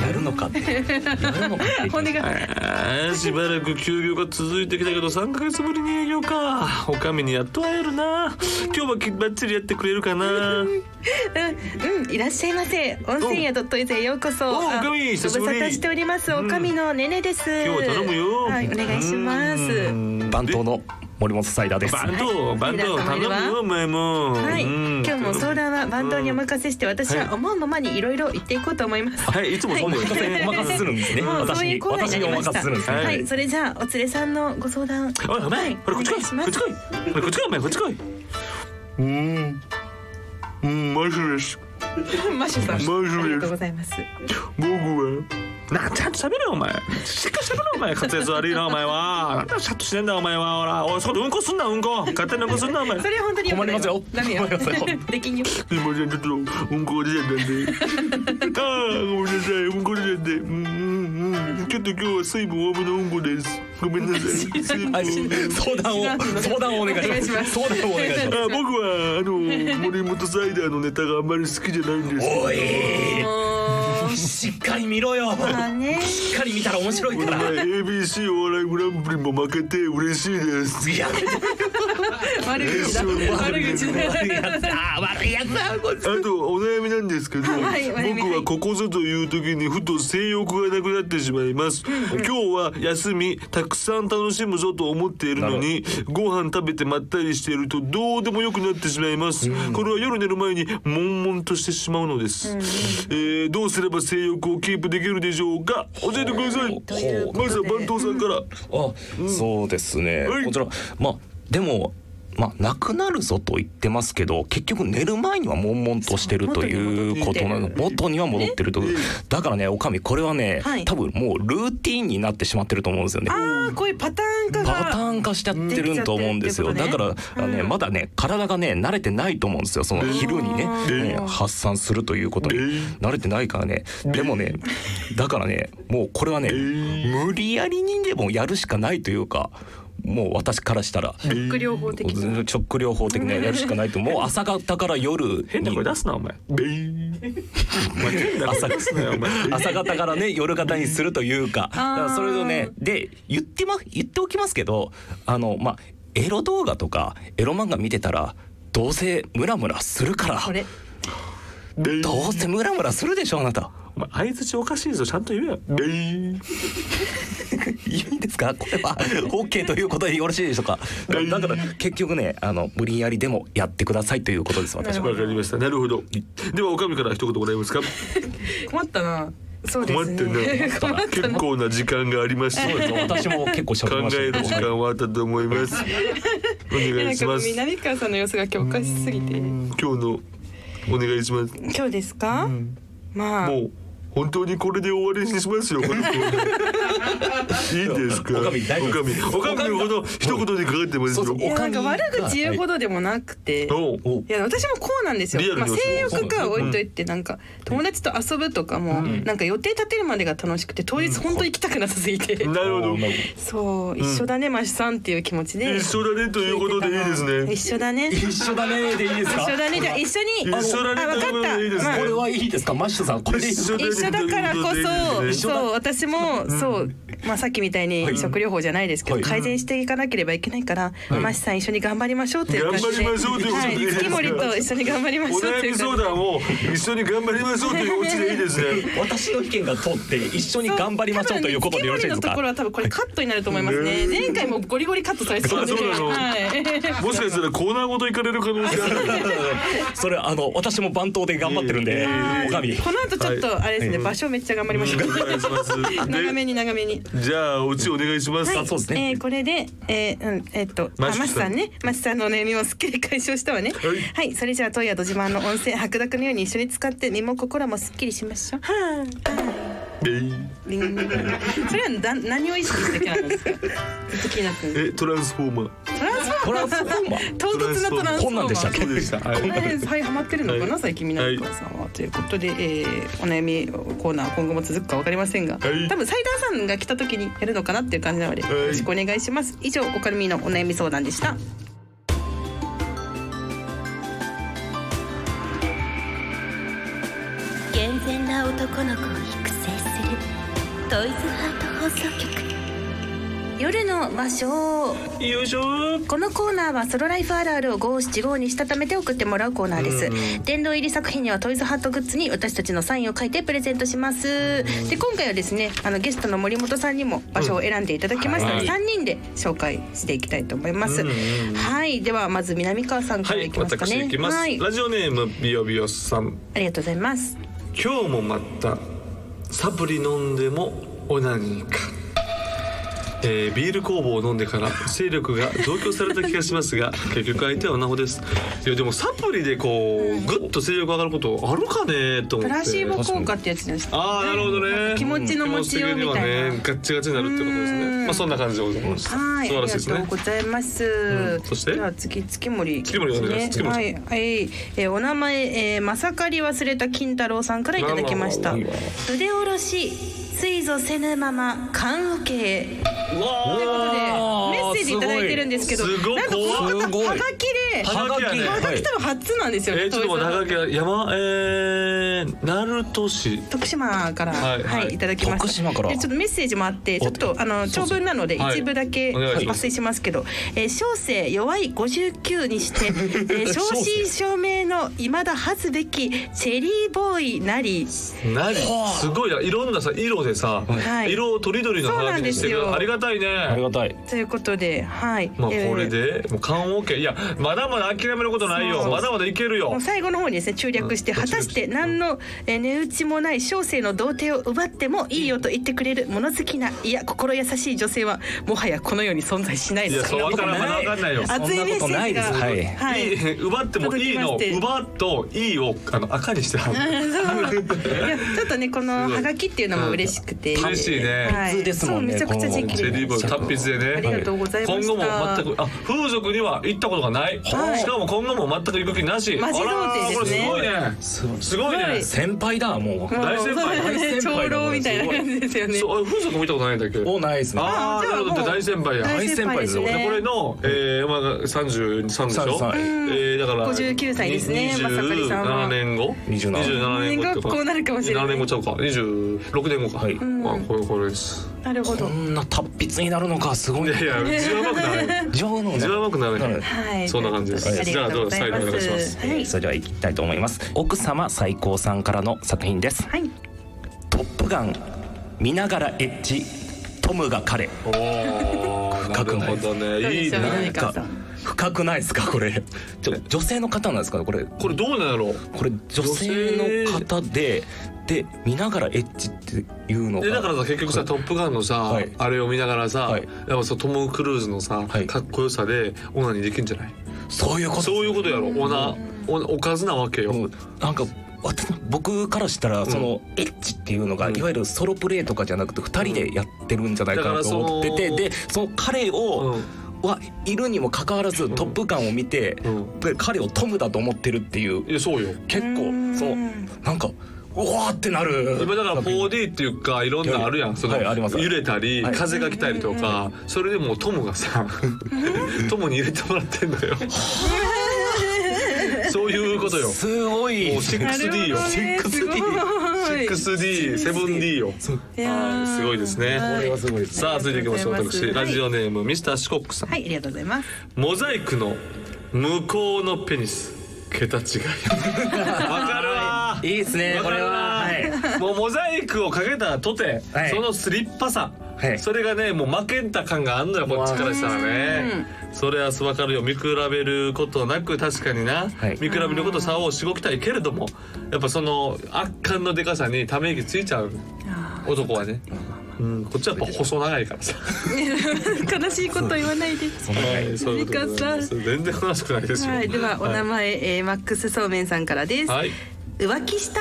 [SPEAKER 4] やるのかって。やるのかって。
[SPEAKER 3] お願い。
[SPEAKER 2] あーしばらく休業が続いてきたけど3ヶ月ぶりに営業かおかみにやっと会えるな今日はきばっちりやってくれるかな
[SPEAKER 3] うん、うん、いらっしゃいませ。温泉宿といぜようこそ。
[SPEAKER 2] おう
[SPEAKER 3] あ
[SPEAKER 2] おかみ久しぶ
[SPEAKER 3] ご無
[SPEAKER 2] り
[SPEAKER 3] 沙汰しております。おかみのねねです。
[SPEAKER 2] 今日は頼むよ
[SPEAKER 3] はい、お願いします。
[SPEAKER 4] 番頭の森本サイダーです。
[SPEAKER 2] バンドバンド
[SPEAKER 3] はい
[SPEAKER 2] 頼むよお前も
[SPEAKER 3] はい、
[SPEAKER 2] うん
[SPEAKER 3] 今日も相談は番頭にお任せして、私は思うままにいろいろ言っていこうと思います。
[SPEAKER 2] はいいつもそうだよ
[SPEAKER 4] お任せするんですね。
[SPEAKER 3] もう
[SPEAKER 4] 私
[SPEAKER 3] そういう
[SPEAKER 4] に
[SPEAKER 3] コーナー
[SPEAKER 4] 私
[SPEAKER 3] に
[SPEAKER 4] に
[SPEAKER 3] な
[SPEAKER 4] お
[SPEAKER 3] りまし
[SPEAKER 4] 任せ
[SPEAKER 3] た。
[SPEAKER 4] するんですね。
[SPEAKER 2] ね
[SPEAKER 3] はい、それじゃあお連れさんのご相談。
[SPEAKER 2] おいお前ほらこっち来
[SPEAKER 3] お願
[SPEAKER 2] い
[SPEAKER 3] し
[SPEAKER 2] こ
[SPEAKER 3] ま
[SPEAKER 2] っ
[SPEAKER 3] す
[SPEAKER 2] ち来いほらこっち来いお前こっち来いうんうんもしもし
[SPEAKER 3] マシュさん。あ
[SPEAKER 2] マシュです
[SPEAKER 3] りがとうございます。
[SPEAKER 2] 僕はなちゃんと喋れよお前しっかり喋れよお前滑舌悪いなお前はなんだシャッとしねえんだお前はほらおいそこでうんこすんなうんこ勝手にうんこすんなお前
[SPEAKER 3] それは本当に良くないダ
[SPEAKER 4] 困
[SPEAKER 3] メ
[SPEAKER 4] り
[SPEAKER 3] よ
[SPEAKER 4] ます よ。困りま
[SPEAKER 3] できんよ。
[SPEAKER 2] すいませんちょっとうんこが出ちゃったんでああごめんなさいうんこ出ちゃってうんうんうんちょっと今日は水分多めのうんこですごめんなさい水分多
[SPEAKER 4] はい
[SPEAKER 2] め
[SPEAKER 4] 相談を相談をお願いします。相談をお願いします。
[SPEAKER 2] あ僕はあの森本サイダーのネタがあんまり好きじゃないん です
[SPEAKER 4] おい
[SPEAKER 3] も
[SPEAKER 4] しっかり見ろよ。
[SPEAKER 3] うまあね。
[SPEAKER 4] しっかり見たら面白い
[SPEAKER 2] こ
[SPEAKER 4] か
[SPEAKER 2] の前
[SPEAKER 4] ら。
[SPEAKER 2] ABC お笑いグランプリも負けて嬉しいです
[SPEAKER 4] いや、
[SPEAKER 3] 悪口 だ。悪口
[SPEAKER 4] 悪い
[SPEAKER 3] だ。
[SPEAKER 4] やつだ。 悪いやつだ。こいつ
[SPEAKER 2] あとお悩みなんですけど、
[SPEAKER 3] はいお悩み
[SPEAKER 2] 僕はここぞという時にふと性欲がなくなってしまいます、今日は休みたくさん楽しむぞと思っているのにご飯食べてまったりしているとどうでもよくなってしまいます、これは夜寝る前に悶々としてしまうのです、えーどうすれば性欲をキープできるでしょうか教えてください
[SPEAKER 4] という
[SPEAKER 2] まずは番頭さんから、
[SPEAKER 4] あ、そうですね
[SPEAKER 2] はい。
[SPEAKER 4] こちら、まあ、でも。まあ、なくなるぞと言ってますけど結局寝る前には悶々としてるということなの元には戻ってるとだからねおかみこれはね、
[SPEAKER 3] はい
[SPEAKER 4] 多分もうルーティンになってしまってると思うんですよね。
[SPEAKER 3] ああ、こういうパターン化
[SPEAKER 4] パタ
[SPEAKER 3] が。
[SPEAKER 4] ーン化しちゃってると思うんですよ。
[SPEAKER 3] できちゃっ
[SPEAKER 4] だ
[SPEAKER 3] て
[SPEAKER 4] か
[SPEAKER 3] るって
[SPEAKER 4] ら
[SPEAKER 3] こ、
[SPEAKER 4] あ
[SPEAKER 3] とね
[SPEAKER 4] のね、
[SPEAKER 3] うん
[SPEAKER 4] まだね、体がね、慣れてないと思うんですよ。その昼にね、
[SPEAKER 2] うん
[SPEAKER 4] ね発散するということに
[SPEAKER 2] うん
[SPEAKER 4] 慣れてないからね。でもね、だからね、もうこれはね、無理やりにでもやるしかないというか。もう私からしたら。
[SPEAKER 3] ショック療法的な。
[SPEAKER 4] ショック療法的なやるしかないともう朝方から夜
[SPEAKER 2] 変な
[SPEAKER 4] に
[SPEAKER 2] 声出すなお前。お前変な声出すなよお前。
[SPEAKER 4] 朝方からね夜方にするというかだからそれをねで言って,、ま、言っておきますけどあのまあエロ動画とかエロ漫画見てたらどうせムラムラするから
[SPEAKER 3] これ。
[SPEAKER 4] どうせムラムラするでしょあなた
[SPEAKER 2] お前相槌おかしいぞちゃんと言えよ。
[SPEAKER 4] いいんですかこれは OK ということでよろしいでしょうかだから結局ねあの無理やりでもやってくださいということです私は
[SPEAKER 2] わかりました。なるほど。ではおかみから一言もらえますか。
[SPEAKER 3] 困ったな。そうで
[SPEAKER 2] 困っ
[SPEAKER 3] す
[SPEAKER 2] てんな
[SPEAKER 3] ね。困っ。た
[SPEAKER 2] 結
[SPEAKER 3] な。
[SPEAKER 2] 構な時間がありました。考
[SPEAKER 4] 私も結構喋りました
[SPEAKER 2] える時間はあったと思います。お願
[SPEAKER 3] ないん
[SPEAKER 2] し
[SPEAKER 3] か
[SPEAKER 2] ます。今
[SPEAKER 3] 南川さんの様子が今日おかしすぎて。
[SPEAKER 2] 日のお願いします。
[SPEAKER 3] 今日ですか。まあ。
[SPEAKER 2] もう本当にこれで終わりにしますよ。このコーナ ーいいですか。
[SPEAKER 4] おかみ大丈夫です
[SPEAKER 2] おかみおかみほど一言にかかってます
[SPEAKER 4] そうそ
[SPEAKER 2] よ
[SPEAKER 4] う。
[SPEAKER 3] いやなんか悪口言うほどでもなくて、
[SPEAKER 2] お
[SPEAKER 4] お
[SPEAKER 3] いや私もこうなんです
[SPEAKER 2] リア
[SPEAKER 3] よ。
[SPEAKER 2] ル
[SPEAKER 3] まあ
[SPEAKER 2] にそう
[SPEAKER 3] 性欲かは
[SPEAKER 2] そう
[SPEAKER 3] 置いといてなんか友達と遊ぶとかもなんか予定立てるまでが楽しくて当日本当行きたくなさすぎて、
[SPEAKER 2] なるほど。
[SPEAKER 3] そう一緒だねマシさんっていう気持ちで
[SPEAKER 2] 一緒だねということでいいですね。
[SPEAKER 3] 一緒だね一
[SPEAKER 4] 一緒だねでいいですか
[SPEAKER 3] 緒だねじゃあ一緒に
[SPEAKER 2] 一緒だね
[SPEAKER 3] あわか
[SPEAKER 2] というこ
[SPEAKER 3] っ
[SPEAKER 2] と
[SPEAKER 3] た
[SPEAKER 2] でいいですね
[SPEAKER 3] まあ
[SPEAKER 4] これはいいですかマッシュさんこれでいいですか
[SPEAKER 2] 一
[SPEAKER 3] 一緒だからこそ、
[SPEAKER 2] 一緒
[SPEAKER 4] だ
[SPEAKER 3] そう私もそう、まあさっきみたいに食療法じゃないですけど、
[SPEAKER 4] はい
[SPEAKER 3] 改善していかなければいけないから、
[SPEAKER 4] はい
[SPEAKER 3] マシさん一緒に頑張りましょうっていう感じで、
[SPEAKER 2] 頑張りましょうということでいい
[SPEAKER 3] は
[SPEAKER 2] です
[SPEAKER 3] い、
[SPEAKER 2] か
[SPEAKER 3] 月森と一緒に頑張りましょう
[SPEAKER 2] お
[SPEAKER 3] って
[SPEAKER 2] 悩
[SPEAKER 3] い
[SPEAKER 2] み
[SPEAKER 3] う感
[SPEAKER 2] 相
[SPEAKER 3] じで。
[SPEAKER 2] 談を一緒に頑張りましょうというオチでいいですね。
[SPEAKER 4] 私の意見が通って一緒に頑張りましょうということでよろしいです
[SPEAKER 3] 月森のとこ
[SPEAKER 4] か
[SPEAKER 3] ろは多分これカットになると思いますね。
[SPEAKER 2] ね
[SPEAKER 3] 前回もゴリゴリカットされてたんで。
[SPEAKER 2] あそうなの
[SPEAKER 3] はい。
[SPEAKER 2] もしかしたらコーナーごと行かれる可能性ある。
[SPEAKER 4] それあの私も番頭で頑張ってるんで
[SPEAKER 2] いえいえいえ
[SPEAKER 4] おかみ
[SPEAKER 3] この後ちょっとあれですね、
[SPEAKER 2] はい
[SPEAKER 3] 場所めっちゃ頑張りましょう。
[SPEAKER 2] お願いします。
[SPEAKER 3] 長め
[SPEAKER 2] で
[SPEAKER 3] に長めに。
[SPEAKER 2] じゃあオチお願いします。
[SPEAKER 4] あそうですね
[SPEAKER 3] えーこれで、えーうん、えーっと、あ
[SPEAKER 2] マ
[SPEAKER 3] マ
[SPEAKER 2] シュさん
[SPEAKER 3] シさんね、マシさんのお悩みもすっきり解消したわね。
[SPEAKER 2] はい
[SPEAKER 3] はい、それじゃあ、トイヤと自慢の温泉白濁のように一緒に使って、身も心もすっきりしましょう。
[SPEAKER 2] えい
[SPEAKER 3] リンそれは、だ、何を意識してきたんですか。ずっと気になってる。
[SPEAKER 2] えトランスフォーマー。
[SPEAKER 3] トランスフォ
[SPEAKER 4] トランスフォーマ
[SPEAKER 3] ー。唐突なトランスフォーマー。
[SPEAKER 4] こんなんでしたっけ
[SPEAKER 2] そうでした。はい
[SPEAKER 3] はい、はい、ハマってるのかな、
[SPEAKER 2] はい
[SPEAKER 3] 最近みなみかわさんは、ということで、えー、お悩みコーナー今後も続くかわかりませんが、
[SPEAKER 2] はい
[SPEAKER 3] 多分サイダーさんが来た時にやるのかなっていう感じなので、
[SPEAKER 2] はい
[SPEAKER 3] よろしくお願いします以上オカルミのお悩み相談でした
[SPEAKER 1] 健全な男の子を育成するトイズハート放送局夜の場所
[SPEAKER 2] よいしょー
[SPEAKER 1] このコーナーはソロライフあるあるを五七五にしたためて送ってもらうコーナーです殿堂入り作品にはトイズハートグッズに私たちのサインを書いてプレゼントしますで今回はですねあのゲストの森本さんにも場所を選んでいただきましたの
[SPEAKER 2] うん
[SPEAKER 1] で、
[SPEAKER 2] は
[SPEAKER 1] 三人で紹介していきたいと思います、
[SPEAKER 2] うんうん
[SPEAKER 1] はいではまず南川さんか
[SPEAKER 2] は
[SPEAKER 1] ら
[SPEAKER 2] い
[SPEAKER 1] いきますかね
[SPEAKER 2] 私いきます、
[SPEAKER 1] はい、
[SPEAKER 2] ラジオネームビヨビヨさん
[SPEAKER 1] ありがとうございます
[SPEAKER 2] 今日もまたサプリ飲んでもオナニーかえービール工房を飲んでから勢力が増強された気がしま すが結局相手はオナホですいやでもサプリでこうグッと勢力上がることあるかねと
[SPEAKER 3] プ
[SPEAKER 2] 思って
[SPEAKER 3] ラシーボ効果ってやつです
[SPEAKER 2] ああなるほどね
[SPEAKER 3] 気持ちの持ちようみたいな
[SPEAKER 2] 気持ち的にはねガッチガチになるってことです
[SPEAKER 3] う
[SPEAKER 2] ね
[SPEAKER 3] ん
[SPEAKER 2] まあそんな感じでございます素
[SPEAKER 3] はい、あり
[SPEAKER 2] 晴らしい
[SPEAKER 3] が
[SPEAKER 2] です
[SPEAKER 3] とう
[SPEAKER 2] ね
[SPEAKER 3] ございます。
[SPEAKER 2] うんそして
[SPEAKER 3] では次月森
[SPEAKER 2] 月森お願いします
[SPEAKER 3] ですねはい、はい、えーお名前、えー、まさかり忘れた金太郎さんからいただきました。
[SPEAKER 2] まあまあ
[SPEAKER 3] 腕
[SPEAKER 2] まあ
[SPEAKER 3] 下ろし、ついぞせぬまま、缶受け。
[SPEAKER 2] うわ
[SPEAKER 3] ということで、メッセージいただいてるんですけど、
[SPEAKER 2] すごい
[SPEAKER 3] なんかこの
[SPEAKER 4] す
[SPEAKER 3] 方
[SPEAKER 4] ごい
[SPEAKER 3] はがきで。
[SPEAKER 2] はがきやね
[SPEAKER 3] はがき多分初なんですよ。
[SPEAKER 2] えー、ちょっと待って、長崎山、えー、鳴門市。
[SPEAKER 3] 徳島から、
[SPEAKER 2] は
[SPEAKER 3] はいい、
[SPEAKER 2] はい
[SPEAKER 3] い、ただきました。
[SPEAKER 4] 徳島から
[SPEAKER 3] でちょっとメッセージもあって、ちょっと、あの、長文なので、
[SPEAKER 2] はい
[SPEAKER 3] 一部だけ
[SPEAKER 2] お願いしま
[SPEAKER 3] 抜
[SPEAKER 2] す
[SPEAKER 3] 粋しますけど。えー小生弱い59にして、えー正真正銘の未だ恥ずべきチェリーボーイなり。
[SPEAKER 2] 何すごいな、いろんなさ、色でさ、
[SPEAKER 3] はい
[SPEAKER 2] 色をとりどりのハガキにしてくれ
[SPEAKER 3] そう
[SPEAKER 2] る。あ
[SPEAKER 3] なん
[SPEAKER 2] り
[SPEAKER 3] ですよ
[SPEAKER 2] がたい
[SPEAKER 4] あり
[SPEAKER 2] ね。
[SPEAKER 4] がたい
[SPEAKER 3] ということで、はい。
[SPEAKER 2] まあ、こ
[SPEAKER 3] えー
[SPEAKER 2] れで、もう缶オケ、いや、まだまだ諦めることないよ。
[SPEAKER 3] そう
[SPEAKER 2] まだまだいけるよ
[SPEAKER 3] もう。最後の方にですね中略して
[SPEAKER 2] うん
[SPEAKER 3] 果たして何のえー値打ちもない小生の童貞を奪ってもいいよと言ってくれる物好きないや心優しい女性はもはやこの世に存在しない
[SPEAKER 2] い
[SPEAKER 3] で
[SPEAKER 2] や、
[SPEAKER 3] す
[SPEAKER 2] そう、わからん、まだわかんないよ。、
[SPEAKER 3] 熱いメッセ
[SPEAKER 4] そんな
[SPEAKER 3] ー
[SPEAKER 4] ことない
[SPEAKER 3] ジ
[SPEAKER 4] です
[SPEAKER 3] が
[SPEAKER 4] はい
[SPEAKER 3] はいい
[SPEAKER 2] い 奪ってもいいの
[SPEAKER 3] 届きまして
[SPEAKER 2] 奪といいをあの赤にしてはる
[SPEAKER 3] いやちょっとねこのハガキっていうのも嬉しくて
[SPEAKER 2] うん嬉しいね
[SPEAKER 3] は
[SPEAKER 4] 普通ですもんね
[SPEAKER 3] そうめちゃくちゃ時期
[SPEAKER 2] チェリーボーイ達筆でね
[SPEAKER 3] ありがとうございました
[SPEAKER 2] 今後も全くあ風俗には行ったことがない、
[SPEAKER 3] はい
[SPEAKER 2] しかも今後も全く行く気なし
[SPEAKER 3] マジ童貞ですね
[SPEAKER 2] あらーこれすごいねすごいね
[SPEAKER 3] す
[SPEAKER 4] 先輩だもう
[SPEAKER 2] 大先輩
[SPEAKER 3] そうね
[SPEAKER 4] 大先
[SPEAKER 3] 長
[SPEAKER 4] 輩だも
[SPEAKER 3] 老
[SPEAKER 4] んね
[SPEAKER 3] みたいな感じですよね
[SPEAKER 2] そう風俗見たことないんだっけ
[SPEAKER 4] おないですね
[SPEAKER 2] ああ
[SPEAKER 3] あじ
[SPEAKER 2] な
[SPEAKER 3] ゃあ
[SPEAKER 2] るほど
[SPEAKER 3] もう
[SPEAKER 2] 大先輩や
[SPEAKER 4] 大先輩ですよ
[SPEAKER 3] 大先
[SPEAKER 2] でこれの、えーまあ、33でしょ、
[SPEAKER 4] 33
[SPEAKER 2] えー、だから
[SPEAKER 3] 59歳ですねまさかりさん
[SPEAKER 2] 27
[SPEAKER 3] は
[SPEAKER 2] 年後
[SPEAKER 4] 27
[SPEAKER 2] 27年後って
[SPEAKER 3] こうなるかもしれない
[SPEAKER 2] 27年後ちゃうか26年後か、
[SPEAKER 4] はい
[SPEAKER 2] まあこれこれです
[SPEAKER 3] なるほ
[SPEAKER 4] こ
[SPEAKER 3] ど
[SPEAKER 4] んな達筆になるのかすごい
[SPEAKER 2] いやいやうちはうまくならない
[SPEAKER 4] 一番
[SPEAKER 2] 一番うまくならない
[SPEAKER 3] はい
[SPEAKER 2] そんな感じです
[SPEAKER 3] ありがとうございま
[SPEAKER 2] じゃあどうぞ最後お願いします
[SPEAKER 3] すは
[SPEAKER 4] え
[SPEAKER 3] い
[SPEAKER 4] ーそれではいきたいと思います奥様最高さんからの作品です
[SPEAKER 3] はい
[SPEAKER 4] 「トップガン」見ながらエッチトムが彼
[SPEAKER 2] おー
[SPEAKER 4] 深く
[SPEAKER 2] な
[SPEAKER 4] ない
[SPEAKER 2] るほどねいい
[SPEAKER 3] そうですよ
[SPEAKER 2] ね
[SPEAKER 3] ね
[SPEAKER 4] なんか深くないですかこれちょ女性の方なんですかねこれ
[SPEAKER 2] これどうなんやろう
[SPEAKER 4] これ女性の方でで見ながらエッチっていうのが
[SPEAKER 2] でだからさ結局さ「トップガン」のさ、
[SPEAKER 4] はい
[SPEAKER 2] あれを見ながらさ、
[SPEAKER 4] はい
[SPEAKER 2] やっぱさトム・クルーズのさ、
[SPEAKER 4] はい
[SPEAKER 2] かっこよさでオナにできんじゃない
[SPEAKER 4] そういうことです
[SPEAKER 2] そういうことやろオナオナおかずなわけよ、
[SPEAKER 4] もうなんかわた僕からしたら
[SPEAKER 2] ん
[SPEAKER 4] そのエッチっていうのが
[SPEAKER 2] うん
[SPEAKER 4] いわゆるソロプレイとかじゃなくて2人でやってるんじゃないかなと思ってて
[SPEAKER 2] うんだ
[SPEAKER 4] でその彼を
[SPEAKER 2] うん
[SPEAKER 4] はいるにもかかわらず「トップガン」を見て
[SPEAKER 2] うん
[SPEAKER 4] で彼をトムだと思ってるっていう
[SPEAKER 2] いやそうよ
[SPEAKER 4] 結構そのなんかうわーってなる
[SPEAKER 2] 今だから 4D っていうかいろんなあるやんその
[SPEAKER 4] はいあります
[SPEAKER 2] 揺れたり
[SPEAKER 4] はい
[SPEAKER 2] 風が来たりとかそれでもうトムがさ トムに入れてもらって んだよそういうことよも
[SPEAKER 4] すご
[SPEAKER 2] う
[SPEAKER 4] い
[SPEAKER 2] 6D よ
[SPEAKER 3] なるほどね
[SPEAKER 2] 6D
[SPEAKER 3] すごい
[SPEAKER 2] 6D7D よはいすごいですね
[SPEAKER 4] これはすごいです
[SPEAKER 2] さあ続いていきましょう
[SPEAKER 3] ありがとうございま
[SPEAKER 2] 私
[SPEAKER 3] す
[SPEAKER 2] ラジオネームミスターシコックさん
[SPEAKER 3] はいありがとうございます
[SPEAKER 2] モザイクの向こうのペニス桁違 いわかるわ
[SPEAKER 4] いいですね
[SPEAKER 2] わ
[SPEAKER 4] こ
[SPEAKER 2] か
[SPEAKER 4] れ
[SPEAKER 2] る
[SPEAKER 4] は
[SPEAKER 2] わ
[SPEAKER 4] はい
[SPEAKER 2] もうモザイクをかけたとて、
[SPEAKER 4] はい
[SPEAKER 2] そのスリッパさ、
[SPEAKER 4] はい
[SPEAKER 2] それがねもう負けんた感があんのよこっちからしたらねそれはわかるよ見比べることなく確かにな、
[SPEAKER 4] はい
[SPEAKER 2] 見比べること差をしごきたいけれどもやっぱその圧巻のでかさにため息ついちゃう
[SPEAKER 3] あ
[SPEAKER 2] 男はね、うん、こっちはやっぱ細長いからさ
[SPEAKER 3] ー悲しいこと言わないで
[SPEAKER 4] そんな
[SPEAKER 2] はい そういうことでございます全然悲しくないですよ
[SPEAKER 3] はいではお名
[SPEAKER 2] い
[SPEAKER 3] 前、えーマックスそうめんさんからです、
[SPEAKER 2] はい
[SPEAKER 3] 浮気した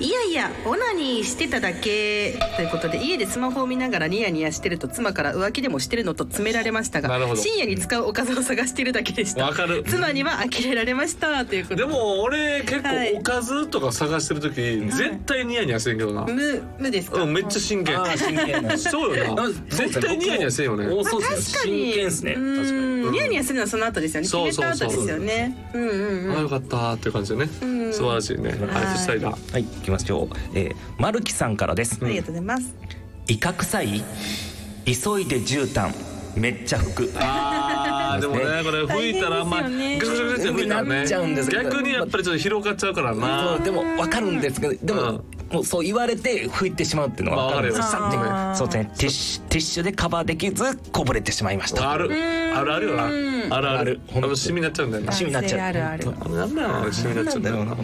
[SPEAKER 3] いやいやオナニーしてただけということで家でスマホを見ながらニヤニヤしてると妻から浮気でもしてるのと詰められましたが
[SPEAKER 2] なるほど
[SPEAKER 3] 深夜に使うおかずを探してるだけでした
[SPEAKER 2] わかる
[SPEAKER 3] 妻には呆れられましたということ
[SPEAKER 2] でも俺結
[SPEAKER 3] はい
[SPEAKER 2] 構おかずとか探してる時、絶対ニヤニヤせんけどな、
[SPEAKER 3] 無無ですか、
[SPEAKER 2] うんめっちゃ真剣
[SPEAKER 4] あー真剣な
[SPEAKER 2] そうよな
[SPEAKER 4] あ
[SPEAKER 2] 絶対ニヤニヤせんよね
[SPEAKER 4] おそう
[SPEAKER 3] 確かに
[SPEAKER 4] ですね真剣ですね確かに
[SPEAKER 3] うんニヤニヤするのはその後ですよね
[SPEAKER 2] そう
[SPEAKER 3] 決
[SPEAKER 2] そう
[SPEAKER 3] め
[SPEAKER 2] そ
[SPEAKER 3] た
[SPEAKER 2] う
[SPEAKER 3] 後ですよねうんうん
[SPEAKER 2] あ
[SPEAKER 3] うん
[SPEAKER 2] よかったっていう感じでね
[SPEAKER 3] うん
[SPEAKER 2] 素晴らしいね
[SPEAKER 3] はい
[SPEAKER 2] はいそしたら
[SPEAKER 4] はい行きましょうえーマルキさんからです
[SPEAKER 3] ありがとうございます
[SPEAKER 4] 威嚇臭い急いで絨毯めっちゃ拭く
[SPEAKER 2] あーでもねこれ吹いたらあんま
[SPEAKER 3] 大
[SPEAKER 2] ガク
[SPEAKER 3] 変です
[SPEAKER 2] ガク
[SPEAKER 3] よね
[SPEAKER 2] ガクって吹いたら
[SPEAKER 4] な
[SPEAKER 2] ね
[SPEAKER 4] っちゃうんですけど
[SPEAKER 2] 逆にやっぱりちょっと広がっちゃうから
[SPEAKER 4] そ
[SPEAKER 2] な
[SPEAKER 4] うでもわかるんですけどでも、
[SPEAKER 2] うん
[SPEAKER 4] もうそう言われて拭いてしまうっていうのはわかるんです
[SPEAKER 2] ま
[SPEAKER 4] よ
[SPEAKER 2] あ
[SPEAKER 4] さ
[SPEAKER 2] わ
[SPEAKER 4] っ
[SPEAKER 2] かるよ
[SPEAKER 4] てそうですねティッシュティッシュでカバーできずこぼれてしまいました
[SPEAKER 2] あるあるあるよな
[SPEAKER 3] うん
[SPEAKER 2] あるあ
[SPEAKER 4] あ
[SPEAKER 2] る
[SPEAKER 4] る
[SPEAKER 2] あのシミになっちゃうんだよな
[SPEAKER 4] 趣味になっちゃ
[SPEAKER 3] 男性あ
[SPEAKER 4] う
[SPEAKER 3] るある
[SPEAKER 2] あなんだよなシミになっちゃうんだよな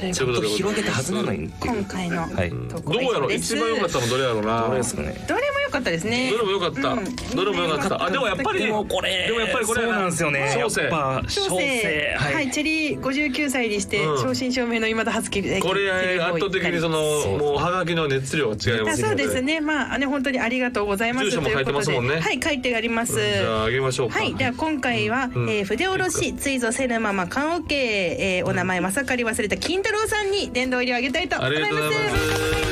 [SPEAKER 4] ちょっと広げたはずなのに
[SPEAKER 3] 今回の
[SPEAKER 4] はい
[SPEAKER 3] 投稿
[SPEAKER 2] どうや
[SPEAKER 3] は以
[SPEAKER 2] ろ
[SPEAKER 3] 上です
[SPEAKER 2] 一番良かったのどれやろうな
[SPEAKER 4] どれですかね
[SPEAKER 3] どれも良かったですね
[SPEAKER 2] どれも良かった
[SPEAKER 3] うん
[SPEAKER 2] どれも良かったあでもやっぱり
[SPEAKER 4] でもこれ
[SPEAKER 2] でもやっぱりこれ
[SPEAKER 4] そうなんですよね
[SPEAKER 2] 小生
[SPEAKER 4] やっぱ小
[SPEAKER 3] 小生
[SPEAKER 4] 生
[SPEAKER 3] はい、
[SPEAKER 4] はい、
[SPEAKER 3] チェリー59歳にして
[SPEAKER 2] うん
[SPEAKER 3] 正真正銘の今田初キ
[SPEAKER 2] これ圧倒的にそ
[SPEAKER 4] そ
[SPEAKER 2] の
[SPEAKER 4] う
[SPEAKER 2] もうハガキの熱量が違いま
[SPEAKER 3] あ
[SPEAKER 2] す
[SPEAKER 3] そうです
[SPEAKER 2] ね
[SPEAKER 3] ねまああね本当にありがとうございます
[SPEAKER 2] 住所も書いてますもん
[SPEAKER 3] と
[SPEAKER 2] ね
[SPEAKER 3] いうことではい書いてあります
[SPEAKER 2] じゃああげましょうか
[SPEAKER 3] はい、では今回は、
[SPEAKER 2] ん
[SPEAKER 3] えー筆下ろしついぞせぬまま缶オケ、えー、お名前まさかり忘れた金太郎さんに殿堂入りをあげたいと思
[SPEAKER 2] あ
[SPEAKER 3] い
[SPEAKER 2] り
[SPEAKER 3] ま
[SPEAKER 2] が
[SPEAKER 3] す
[SPEAKER 2] とうございます。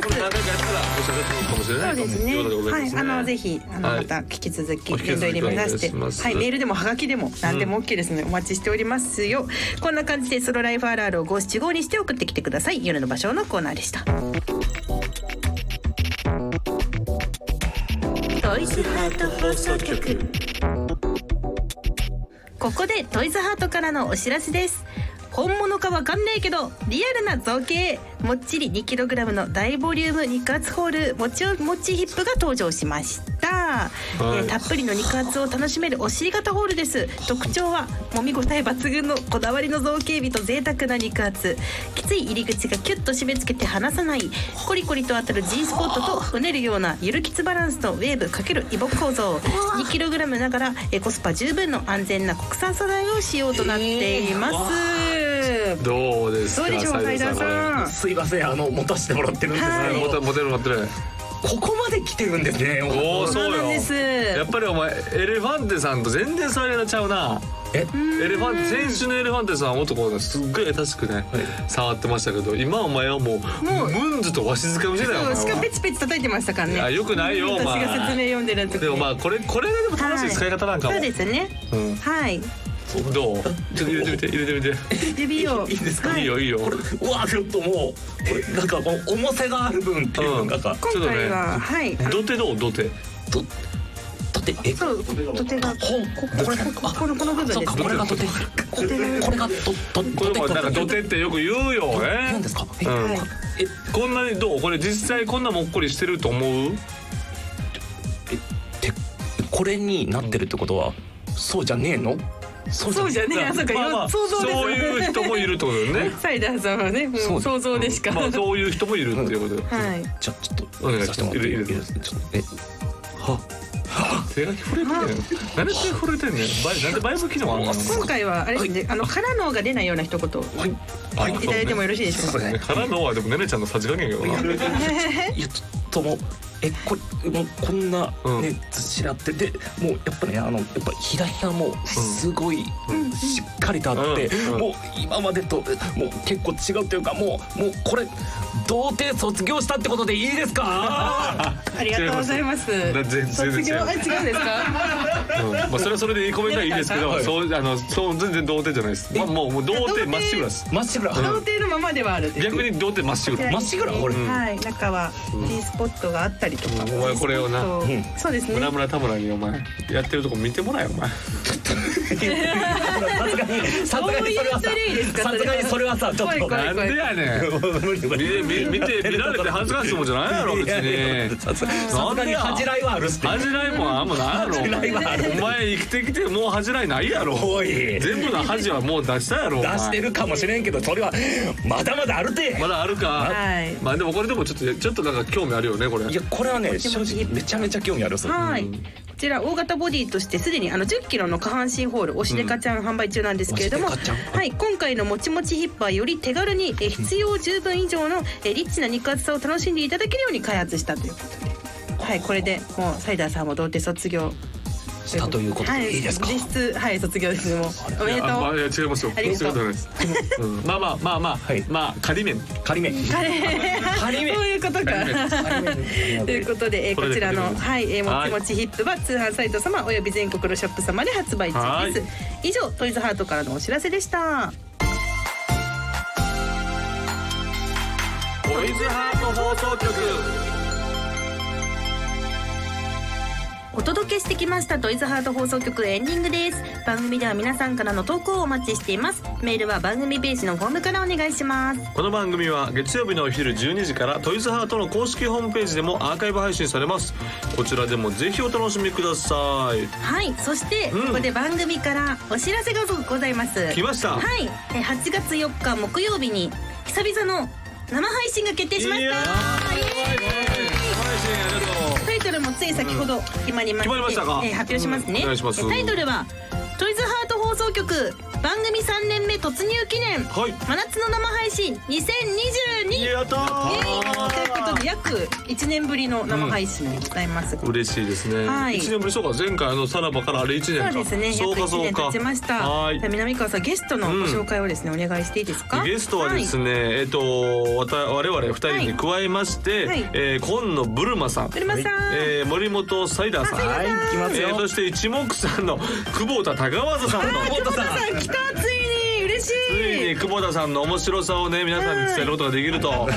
[SPEAKER 2] これ何回かやったらおしゃれするかもしれな
[SPEAKER 3] そうで
[SPEAKER 2] い
[SPEAKER 3] すね。
[SPEAKER 2] ということでござ
[SPEAKER 3] はい
[SPEAKER 2] ま
[SPEAKER 3] い、
[SPEAKER 2] す
[SPEAKER 3] あのぜ
[SPEAKER 2] ね。
[SPEAKER 3] ひあの
[SPEAKER 2] はい
[SPEAKER 3] また引き続き
[SPEAKER 2] お引き
[SPEAKER 3] 連動
[SPEAKER 2] 続
[SPEAKER 3] 入
[SPEAKER 2] き
[SPEAKER 3] り目指して、
[SPEAKER 2] お願いします
[SPEAKER 3] はいメールでもハガキでも何でも OK ですのでお待ちしておりますよ。こんな感じでソロライフあるあるを五七五にして送ってきてください。夜の場所のコーナーでした。
[SPEAKER 1] トイズハート放送局
[SPEAKER 3] ここでトイズハートからのお知らせです本物かわかんないけどリアルな造形もっちり 2kg の大ボリューム肉厚ホールもちもちヒップが登場しました、
[SPEAKER 2] はい
[SPEAKER 3] えーたっぷりの肉厚を楽しめるお尻型ホールです特徴は揉み応え抜群のこだわりの造形美と贅沢な肉厚きつい入り口がキュッと締め付けて離さないコリコリと当たる G スポットとうねるようなゆるきつバランスとウェーブ×イボ構造 2kg ながらえーコスパ十分の安全な国産素材を使用となっています、
[SPEAKER 2] どうです
[SPEAKER 3] ど
[SPEAKER 2] か。
[SPEAKER 3] うでしょう
[SPEAKER 2] 斉
[SPEAKER 3] 斉
[SPEAKER 2] 藤
[SPEAKER 3] 田さん
[SPEAKER 4] すいませんあの持たせてもらってるんです
[SPEAKER 2] これ
[SPEAKER 3] は
[SPEAKER 2] はいい
[SPEAKER 4] け
[SPEAKER 2] モ
[SPEAKER 4] ど
[SPEAKER 2] テモテるモテる。
[SPEAKER 4] ここまで来てるんですね
[SPEAKER 2] おお
[SPEAKER 4] ー
[SPEAKER 2] そう
[SPEAKER 3] そうなんです
[SPEAKER 2] よ。やっぱりお前エレファンテさんと全然触れなちゃうな。
[SPEAKER 4] え
[SPEAKER 2] エレファン先週のエレファンテさんは男がすっごい優しくね、触ってましたけど今お前はもう
[SPEAKER 3] もう
[SPEAKER 2] ムンズとわしづかみしてたよお
[SPEAKER 3] そうし
[SPEAKER 2] 前は
[SPEAKER 3] かもペチペチ叩いてましたからね
[SPEAKER 2] あよくないよお
[SPEAKER 3] 私
[SPEAKER 2] 前
[SPEAKER 3] が説明読んでる時に
[SPEAKER 2] でもまあこれこれがでも正しい使い方なんかも、
[SPEAKER 3] そうですね
[SPEAKER 2] うん
[SPEAKER 3] はい
[SPEAKER 2] どうちょっと入れてみて入れてみて
[SPEAKER 3] 指を
[SPEAKER 4] いいですか
[SPEAKER 2] いいよいいよ
[SPEAKER 4] これうわちょっともうこれなんかこの重さがある分っていうのがなんか、
[SPEAKER 3] 今回は、はいあの
[SPEAKER 2] 土手どう土手
[SPEAKER 4] ととてえ
[SPEAKER 3] そう土手が
[SPEAKER 4] ほん
[SPEAKER 3] こここれここのこの部分です
[SPEAKER 4] そうかこれがとてここれがとと
[SPEAKER 2] これもなんか
[SPEAKER 4] と
[SPEAKER 2] 土手ってよく言うよね
[SPEAKER 4] なんですかえ、
[SPEAKER 2] うん
[SPEAKER 3] はい
[SPEAKER 4] え
[SPEAKER 2] こんなにどうこれ実際こんなもっこりしてると思う
[SPEAKER 4] てこれになってるってことはそうじゃねえのそ
[SPEAKER 3] そうじゃねえあそうか、
[SPEAKER 2] まあまあ
[SPEAKER 3] 想像です
[SPEAKER 2] そういう人もいるってことよ ね
[SPEAKER 3] サイダーさんはねも
[SPEAKER 4] そう
[SPEAKER 3] う想像でしか、
[SPEAKER 2] まあそういう人もいるっていうことよ
[SPEAKER 3] はい
[SPEAKER 4] じゃちょっと
[SPEAKER 2] お願いします
[SPEAKER 4] させてもらっていい
[SPEAKER 2] いいです
[SPEAKER 4] ですかちょっとえはは
[SPEAKER 2] 手書き震えてんねん何で手震えてんねん倍なんで倍向きのあんの
[SPEAKER 3] 今回はあれですね、あのからのが出ないような一言、
[SPEAKER 2] はい
[SPEAKER 3] いただいてもよろしいでしょうか。
[SPEAKER 2] ねからのはでもねねちゃんのさじ加減やけどな
[SPEAKER 4] やちょっともうえこもうこんなね、
[SPEAKER 2] うん
[SPEAKER 4] ずしらってでもうやっぱねあのやっぱ左がもうすごい
[SPEAKER 2] うん
[SPEAKER 4] しっかりとあって、
[SPEAKER 2] うんうん
[SPEAKER 4] もう今までともう結構違うというかもうもうこれ童貞卒業したってことでいいで すか
[SPEAKER 3] ありがとうございます。
[SPEAKER 2] だ全然
[SPEAKER 3] 卒業
[SPEAKER 2] 違う
[SPEAKER 3] あ違うんですか。
[SPEAKER 2] うんまあそれはそれでいいコメントはいいですけど、
[SPEAKER 4] はい
[SPEAKER 2] そうあのそう全然童貞じゃないです。まあもうもう童貞まっしぐらです。
[SPEAKER 4] まっしぐら
[SPEAKER 3] 童貞のままではあるんです。
[SPEAKER 2] 逆に童貞まっしぐら。
[SPEAKER 4] まっしぐらこれ、
[SPEAKER 2] うん
[SPEAKER 3] はい、中は T スポットがあったりとか。
[SPEAKER 2] うんお前これをな
[SPEAKER 3] T スポットそうですね。
[SPEAKER 2] 村村田村にお前やってるとこ見てもらえお前。
[SPEAKER 3] そういう
[SPEAKER 4] さすがにさすがにそれはさ
[SPEAKER 3] レイですか
[SPEAKER 4] さすがにそれはさちょっと
[SPEAKER 3] 怖い
[SPEAKER 2] なんでやねん。
[SPEAKER 4] 無理無理
[SPEAKER 2] 見見見て見られて恥ずかしいもんじゃないやろ別に。
[SPEAKER 4] さすがに恥じらいはあるっすって
[SPEAKER 2] 恥じらいもんあんまないやろ。
[SPEAKER 4] 恥じらいはある
[SPEAKER 2] お前生きてきてもう恥じらいないやろ。
[SPEAKER 4] おい
[SPEAKER 2] 全部の恥はもう出したやろ。お
[SPEAKER 4] 出
[SPEAKER 2] 前
[SPEAKER 4] してるかもしれんけどそれはまだまだあるて
[SPEAKER 2] まだあるか。
[SPEAKER 3] はい
[SPEAKER 2] まあでもこれでもちょっとちょっとなんか興味あるよねこれ。
[SPEAKER 4] いやこれはね正直めちゃめちゃ興味あるっす
[SPEAKER 3] はい。こちら大型ボディとしてすでにあの10キロの下半身ホールおしでかちゃん販売中なんですけれども、
[SPEAKER 4] おしでかちゃん
[SPEAKER 3] はい今回のもちもちヒッパーより手軽にえ必要十分以上のえリッチな肉厚さを楽しんでいただけるように開発したということで、はいこれでもうサイダーさんも童貞卒業
[SPEAKER 4] したということ
[SPEAKER 3] は
[SPEAKER 4] でいいですか
[SPEAKER 3] 実質はい卒業ですもうおめでと
[SPEAKER 2] あまあ
[SPEAKER 3] う。
[SPEAKER 2] いや違いますよ。
[SPEAKER 3] ありがとう
[SPEAKER 2] そういうことない です。うんまあまあまあまあ、
[SPEAKER 4] はい
[SPEAKER 2] まあ仮面。
[SPEAKER 4] 仮面
[SPEAKER 3] あれ
[SPEAKER 4] 仮面
[SPEAKER 3] そういうことか。
[SPEAKER 4] 仮面
[SPEAKER 3] と いうことで、えー
[SPEAKER 2] これ
[SPEAKER 3] こ
[SPEAKER 2] で
[SPEAKER 3] ちら
[SPEAKER 2] これ
[SPEAKER 3] の、
[SPEAKER 2] で
[SPEAKER 3] はい、えー
[SPEAKER 2] は
[SPEAKER 3] もち
[SPEAKER 2] い
[SPEAKER 3] もちヒップは通販サイト様および全国のショップ様で発売中です
[SPEAKER 2] は。
[SPEAKER 3] 以上、トイズハートからのお知らせでした。
[SPEAKER 2] トイズハート放送局。
[SPEAKER 1] お届けしてきましたトイズハート放送局エンディングです番組では皆さんからの投稿をお待ちしていますメールは番組ページのフォームからお願いします
[SPEAKER 2] この番組は月曜日のお昼12時からトイズハートの公式ホームページでもアーカイブ配信されます。こちらでもぜひお楽しみください。
[SPEAKER 1] はいそして、
[SPEAKER 2] うん
[SPEAKER 1] ここで番組からお知らせがございます
[SPEAKER 2] 来ました。
[SPEAKER 1] はい、えー8月4日木曜日に久々の生配信が決定しまし
[SPEAKER 2] やー
[SPEAKER 1] たイエーイ
[SPEAKER 3] タイトルもつい先ほど決まりまして、
[SPEAKER 2] 決まりましたか
[SPEAKER 1] えー発表しますね、
[SPEAKER 2] うんお願いします
[SPEAKER 1] えータイトルはトイズハート放送局番組3年目突入記念
[SPEAKER 2] はい
[SPEAKER 1] 真夏の生配信2022
[SPEAKER 2] やった
[SPEAKER 3] イエーイ
[SPEAKER 2] ー。
[SPEAKER 3] ということで、約1年ぶりの生配信でございます。
[SPEAKER 2] 嬉しいですね。一、
[SPEAKER 3] はい
[SPEAKER 2] 年ぶりそうか前回あのさらばからあれ一年か。
[SPEAKER 3] そうですね。
[SPEAKER 2] そう
[SPEAKER 3] や
[SPEAKER 2] か
[SPEAKER 3] っと
[SPEAKER 2] そ
[SPEAKER 3] 1
[SPEAKER 2] う
[SPEAKER 3] 年
[SPEAKER 2] か。
[SPEAKER 3] 経ちました。
[SPEAKER 2] はい
[SPEAKER 3] じゃあ。南川さんゲストのご紹介をですね、お願いしていいですか。
[SPEAKER 2] ゲストはです
[SPEAKER 3] い。
[SPEAKER 2] ね、えっとわた我々二人に加えまして、
[SPEAKER 3] はいはい
[SPEAKER 2] えー今野ブルマさん、
[SPEAKER 3] ブルマさん、
[SPEAKER 2] えー森本サイダーさん、
[SPEAKER 4] はい行きます
[SPEAKER 2] えー
[SPEAKER 4] よ
[SPEAKER 2] そして一目散の久保田高和さんの。
[SPEAKER 4] 久保田さん
[SPEAKER 3] 来たついに嬉しい。
[SPEAKER 2] ついに久保田さんの面白さをね皆さんに伝えることができると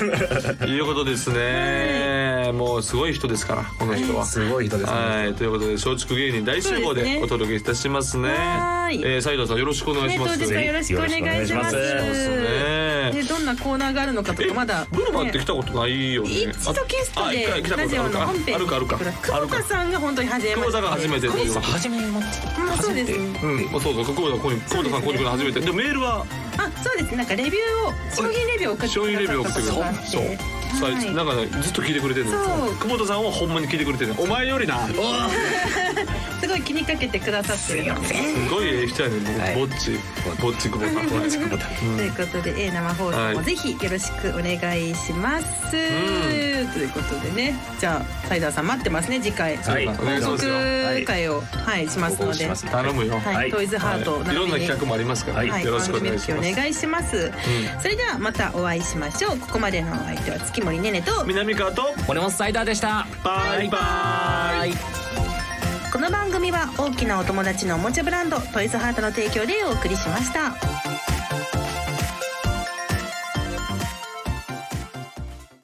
[SPEAKER 2] いうことですねもうすごい人ですからこの人は
[SPEAKER 4] すごい人ですね
[SPEAKER 2] はいということで松竹芸人大集合
[SPEAKER 3] そうです
[SPEAKER 2] で
[SPEAKER 3] ね
[SPEAKER 2] お届けいたしますね
[SPEAKER 3] はい
[SPEAKER 2] えーサイダーさんよろしくお願い
[SPEAKER 3] ね、
[SPEAKER 2] し
[SPEAKER 3] 当
[SPEAKER 2] ます
[SPEAKER 3] 日はよろしくお願いします。
[SPEAKER 4] よろしくお願いし
[SPEAKER 2] ますね
[SPEAKER 3] ねどんなコーナーがあるのかとかまだ、ね。
[SPEAKER 2] ブルマって来たことないよね
[SPEAKER 3] 一度ゲスト
[SPEAKER 2] あ一
[SPEAKER 3] で
[SPEAKER 2] 回来たことあ
[SPEAKER 3] ラ
[SPEAKER 2] る
[SPEAKER 3] ジ
[SPEAKER 2] か
[SPEAKER 3] オの本編
[SPEAKER 2] あるかあるか
[SPEAKER 3] 久保田さんが本当に初めまして
[SPEAKER 2] 久保田が初めてっていう
[SPEAKER 4] 初めまして
[SPEAKER 3] あそうですね
[SPEAKER 2] うん、まあそうそう久保田ここに久保田さんここに来るの初めてでメールは
[SPEAKER 3] あそうですなんかレビューを商品レビューを送って
[SPEAKER 2] 商品レビューを送ってくれ
[SPEAKER 3] くださ
[SPEAKER 2] たそう
[SPEAKER 3] って
[SPEAKER 2] さ
[SPEAKER 3] はい
[SPEAKER 2] なんかねずっと聞いてくれてるの
[SPEAKER 3] そう
[SPEAKER 2] 久保田さんはほんまに聞いてくれてるお前よりなす
[SPEAKER 3] すごい気にかけてくださってるので
[SPEAKER 2] ごいええ人やねん
[SPEAKER 4] はい
[SPEAKER 2] もうぼっちぼっち久保田
[SPEAKER 4] 友達久保田
[SPEAKER 3] ということで、えー生放送
[SPEAKER 2] は
[SPEAKER 3] も
[SPEAKER 2] い
[SPEAKER 3] ぜひよろしくお願いします、ということでねじゃあサイダーさん待ってますね次回
[SPEAKER 4] はい
[SPEAKER 2] お願いしますよ
[SPEAKER 3] 報告会をはいしますので
[SPEAKER 2] 頼むよ
[SPEAKER 3] はい、
[SPEAKER 4] はい
[SPEAKER 3] トイズハート
[SPEAKER 2] いろんな企画もありますから
[SPEAKER 3] はい、
[SPEAKER 2] よろしくお願いしま
[SPEAKER 3] 番組
[SPEAKER 2] す
[SPEAKER 3] お願いします、それではまたお会いしましょうここまでのお相手は月森ねねと
[SPEAKER 2] 南川と
[SPEAKER 4] 森本サイダーでした
[SPEAKER 2] バイバイ
[SPEAKER 3] この番組は大きなお友達のおもちゃブランドトイズハートの提供でお送りしました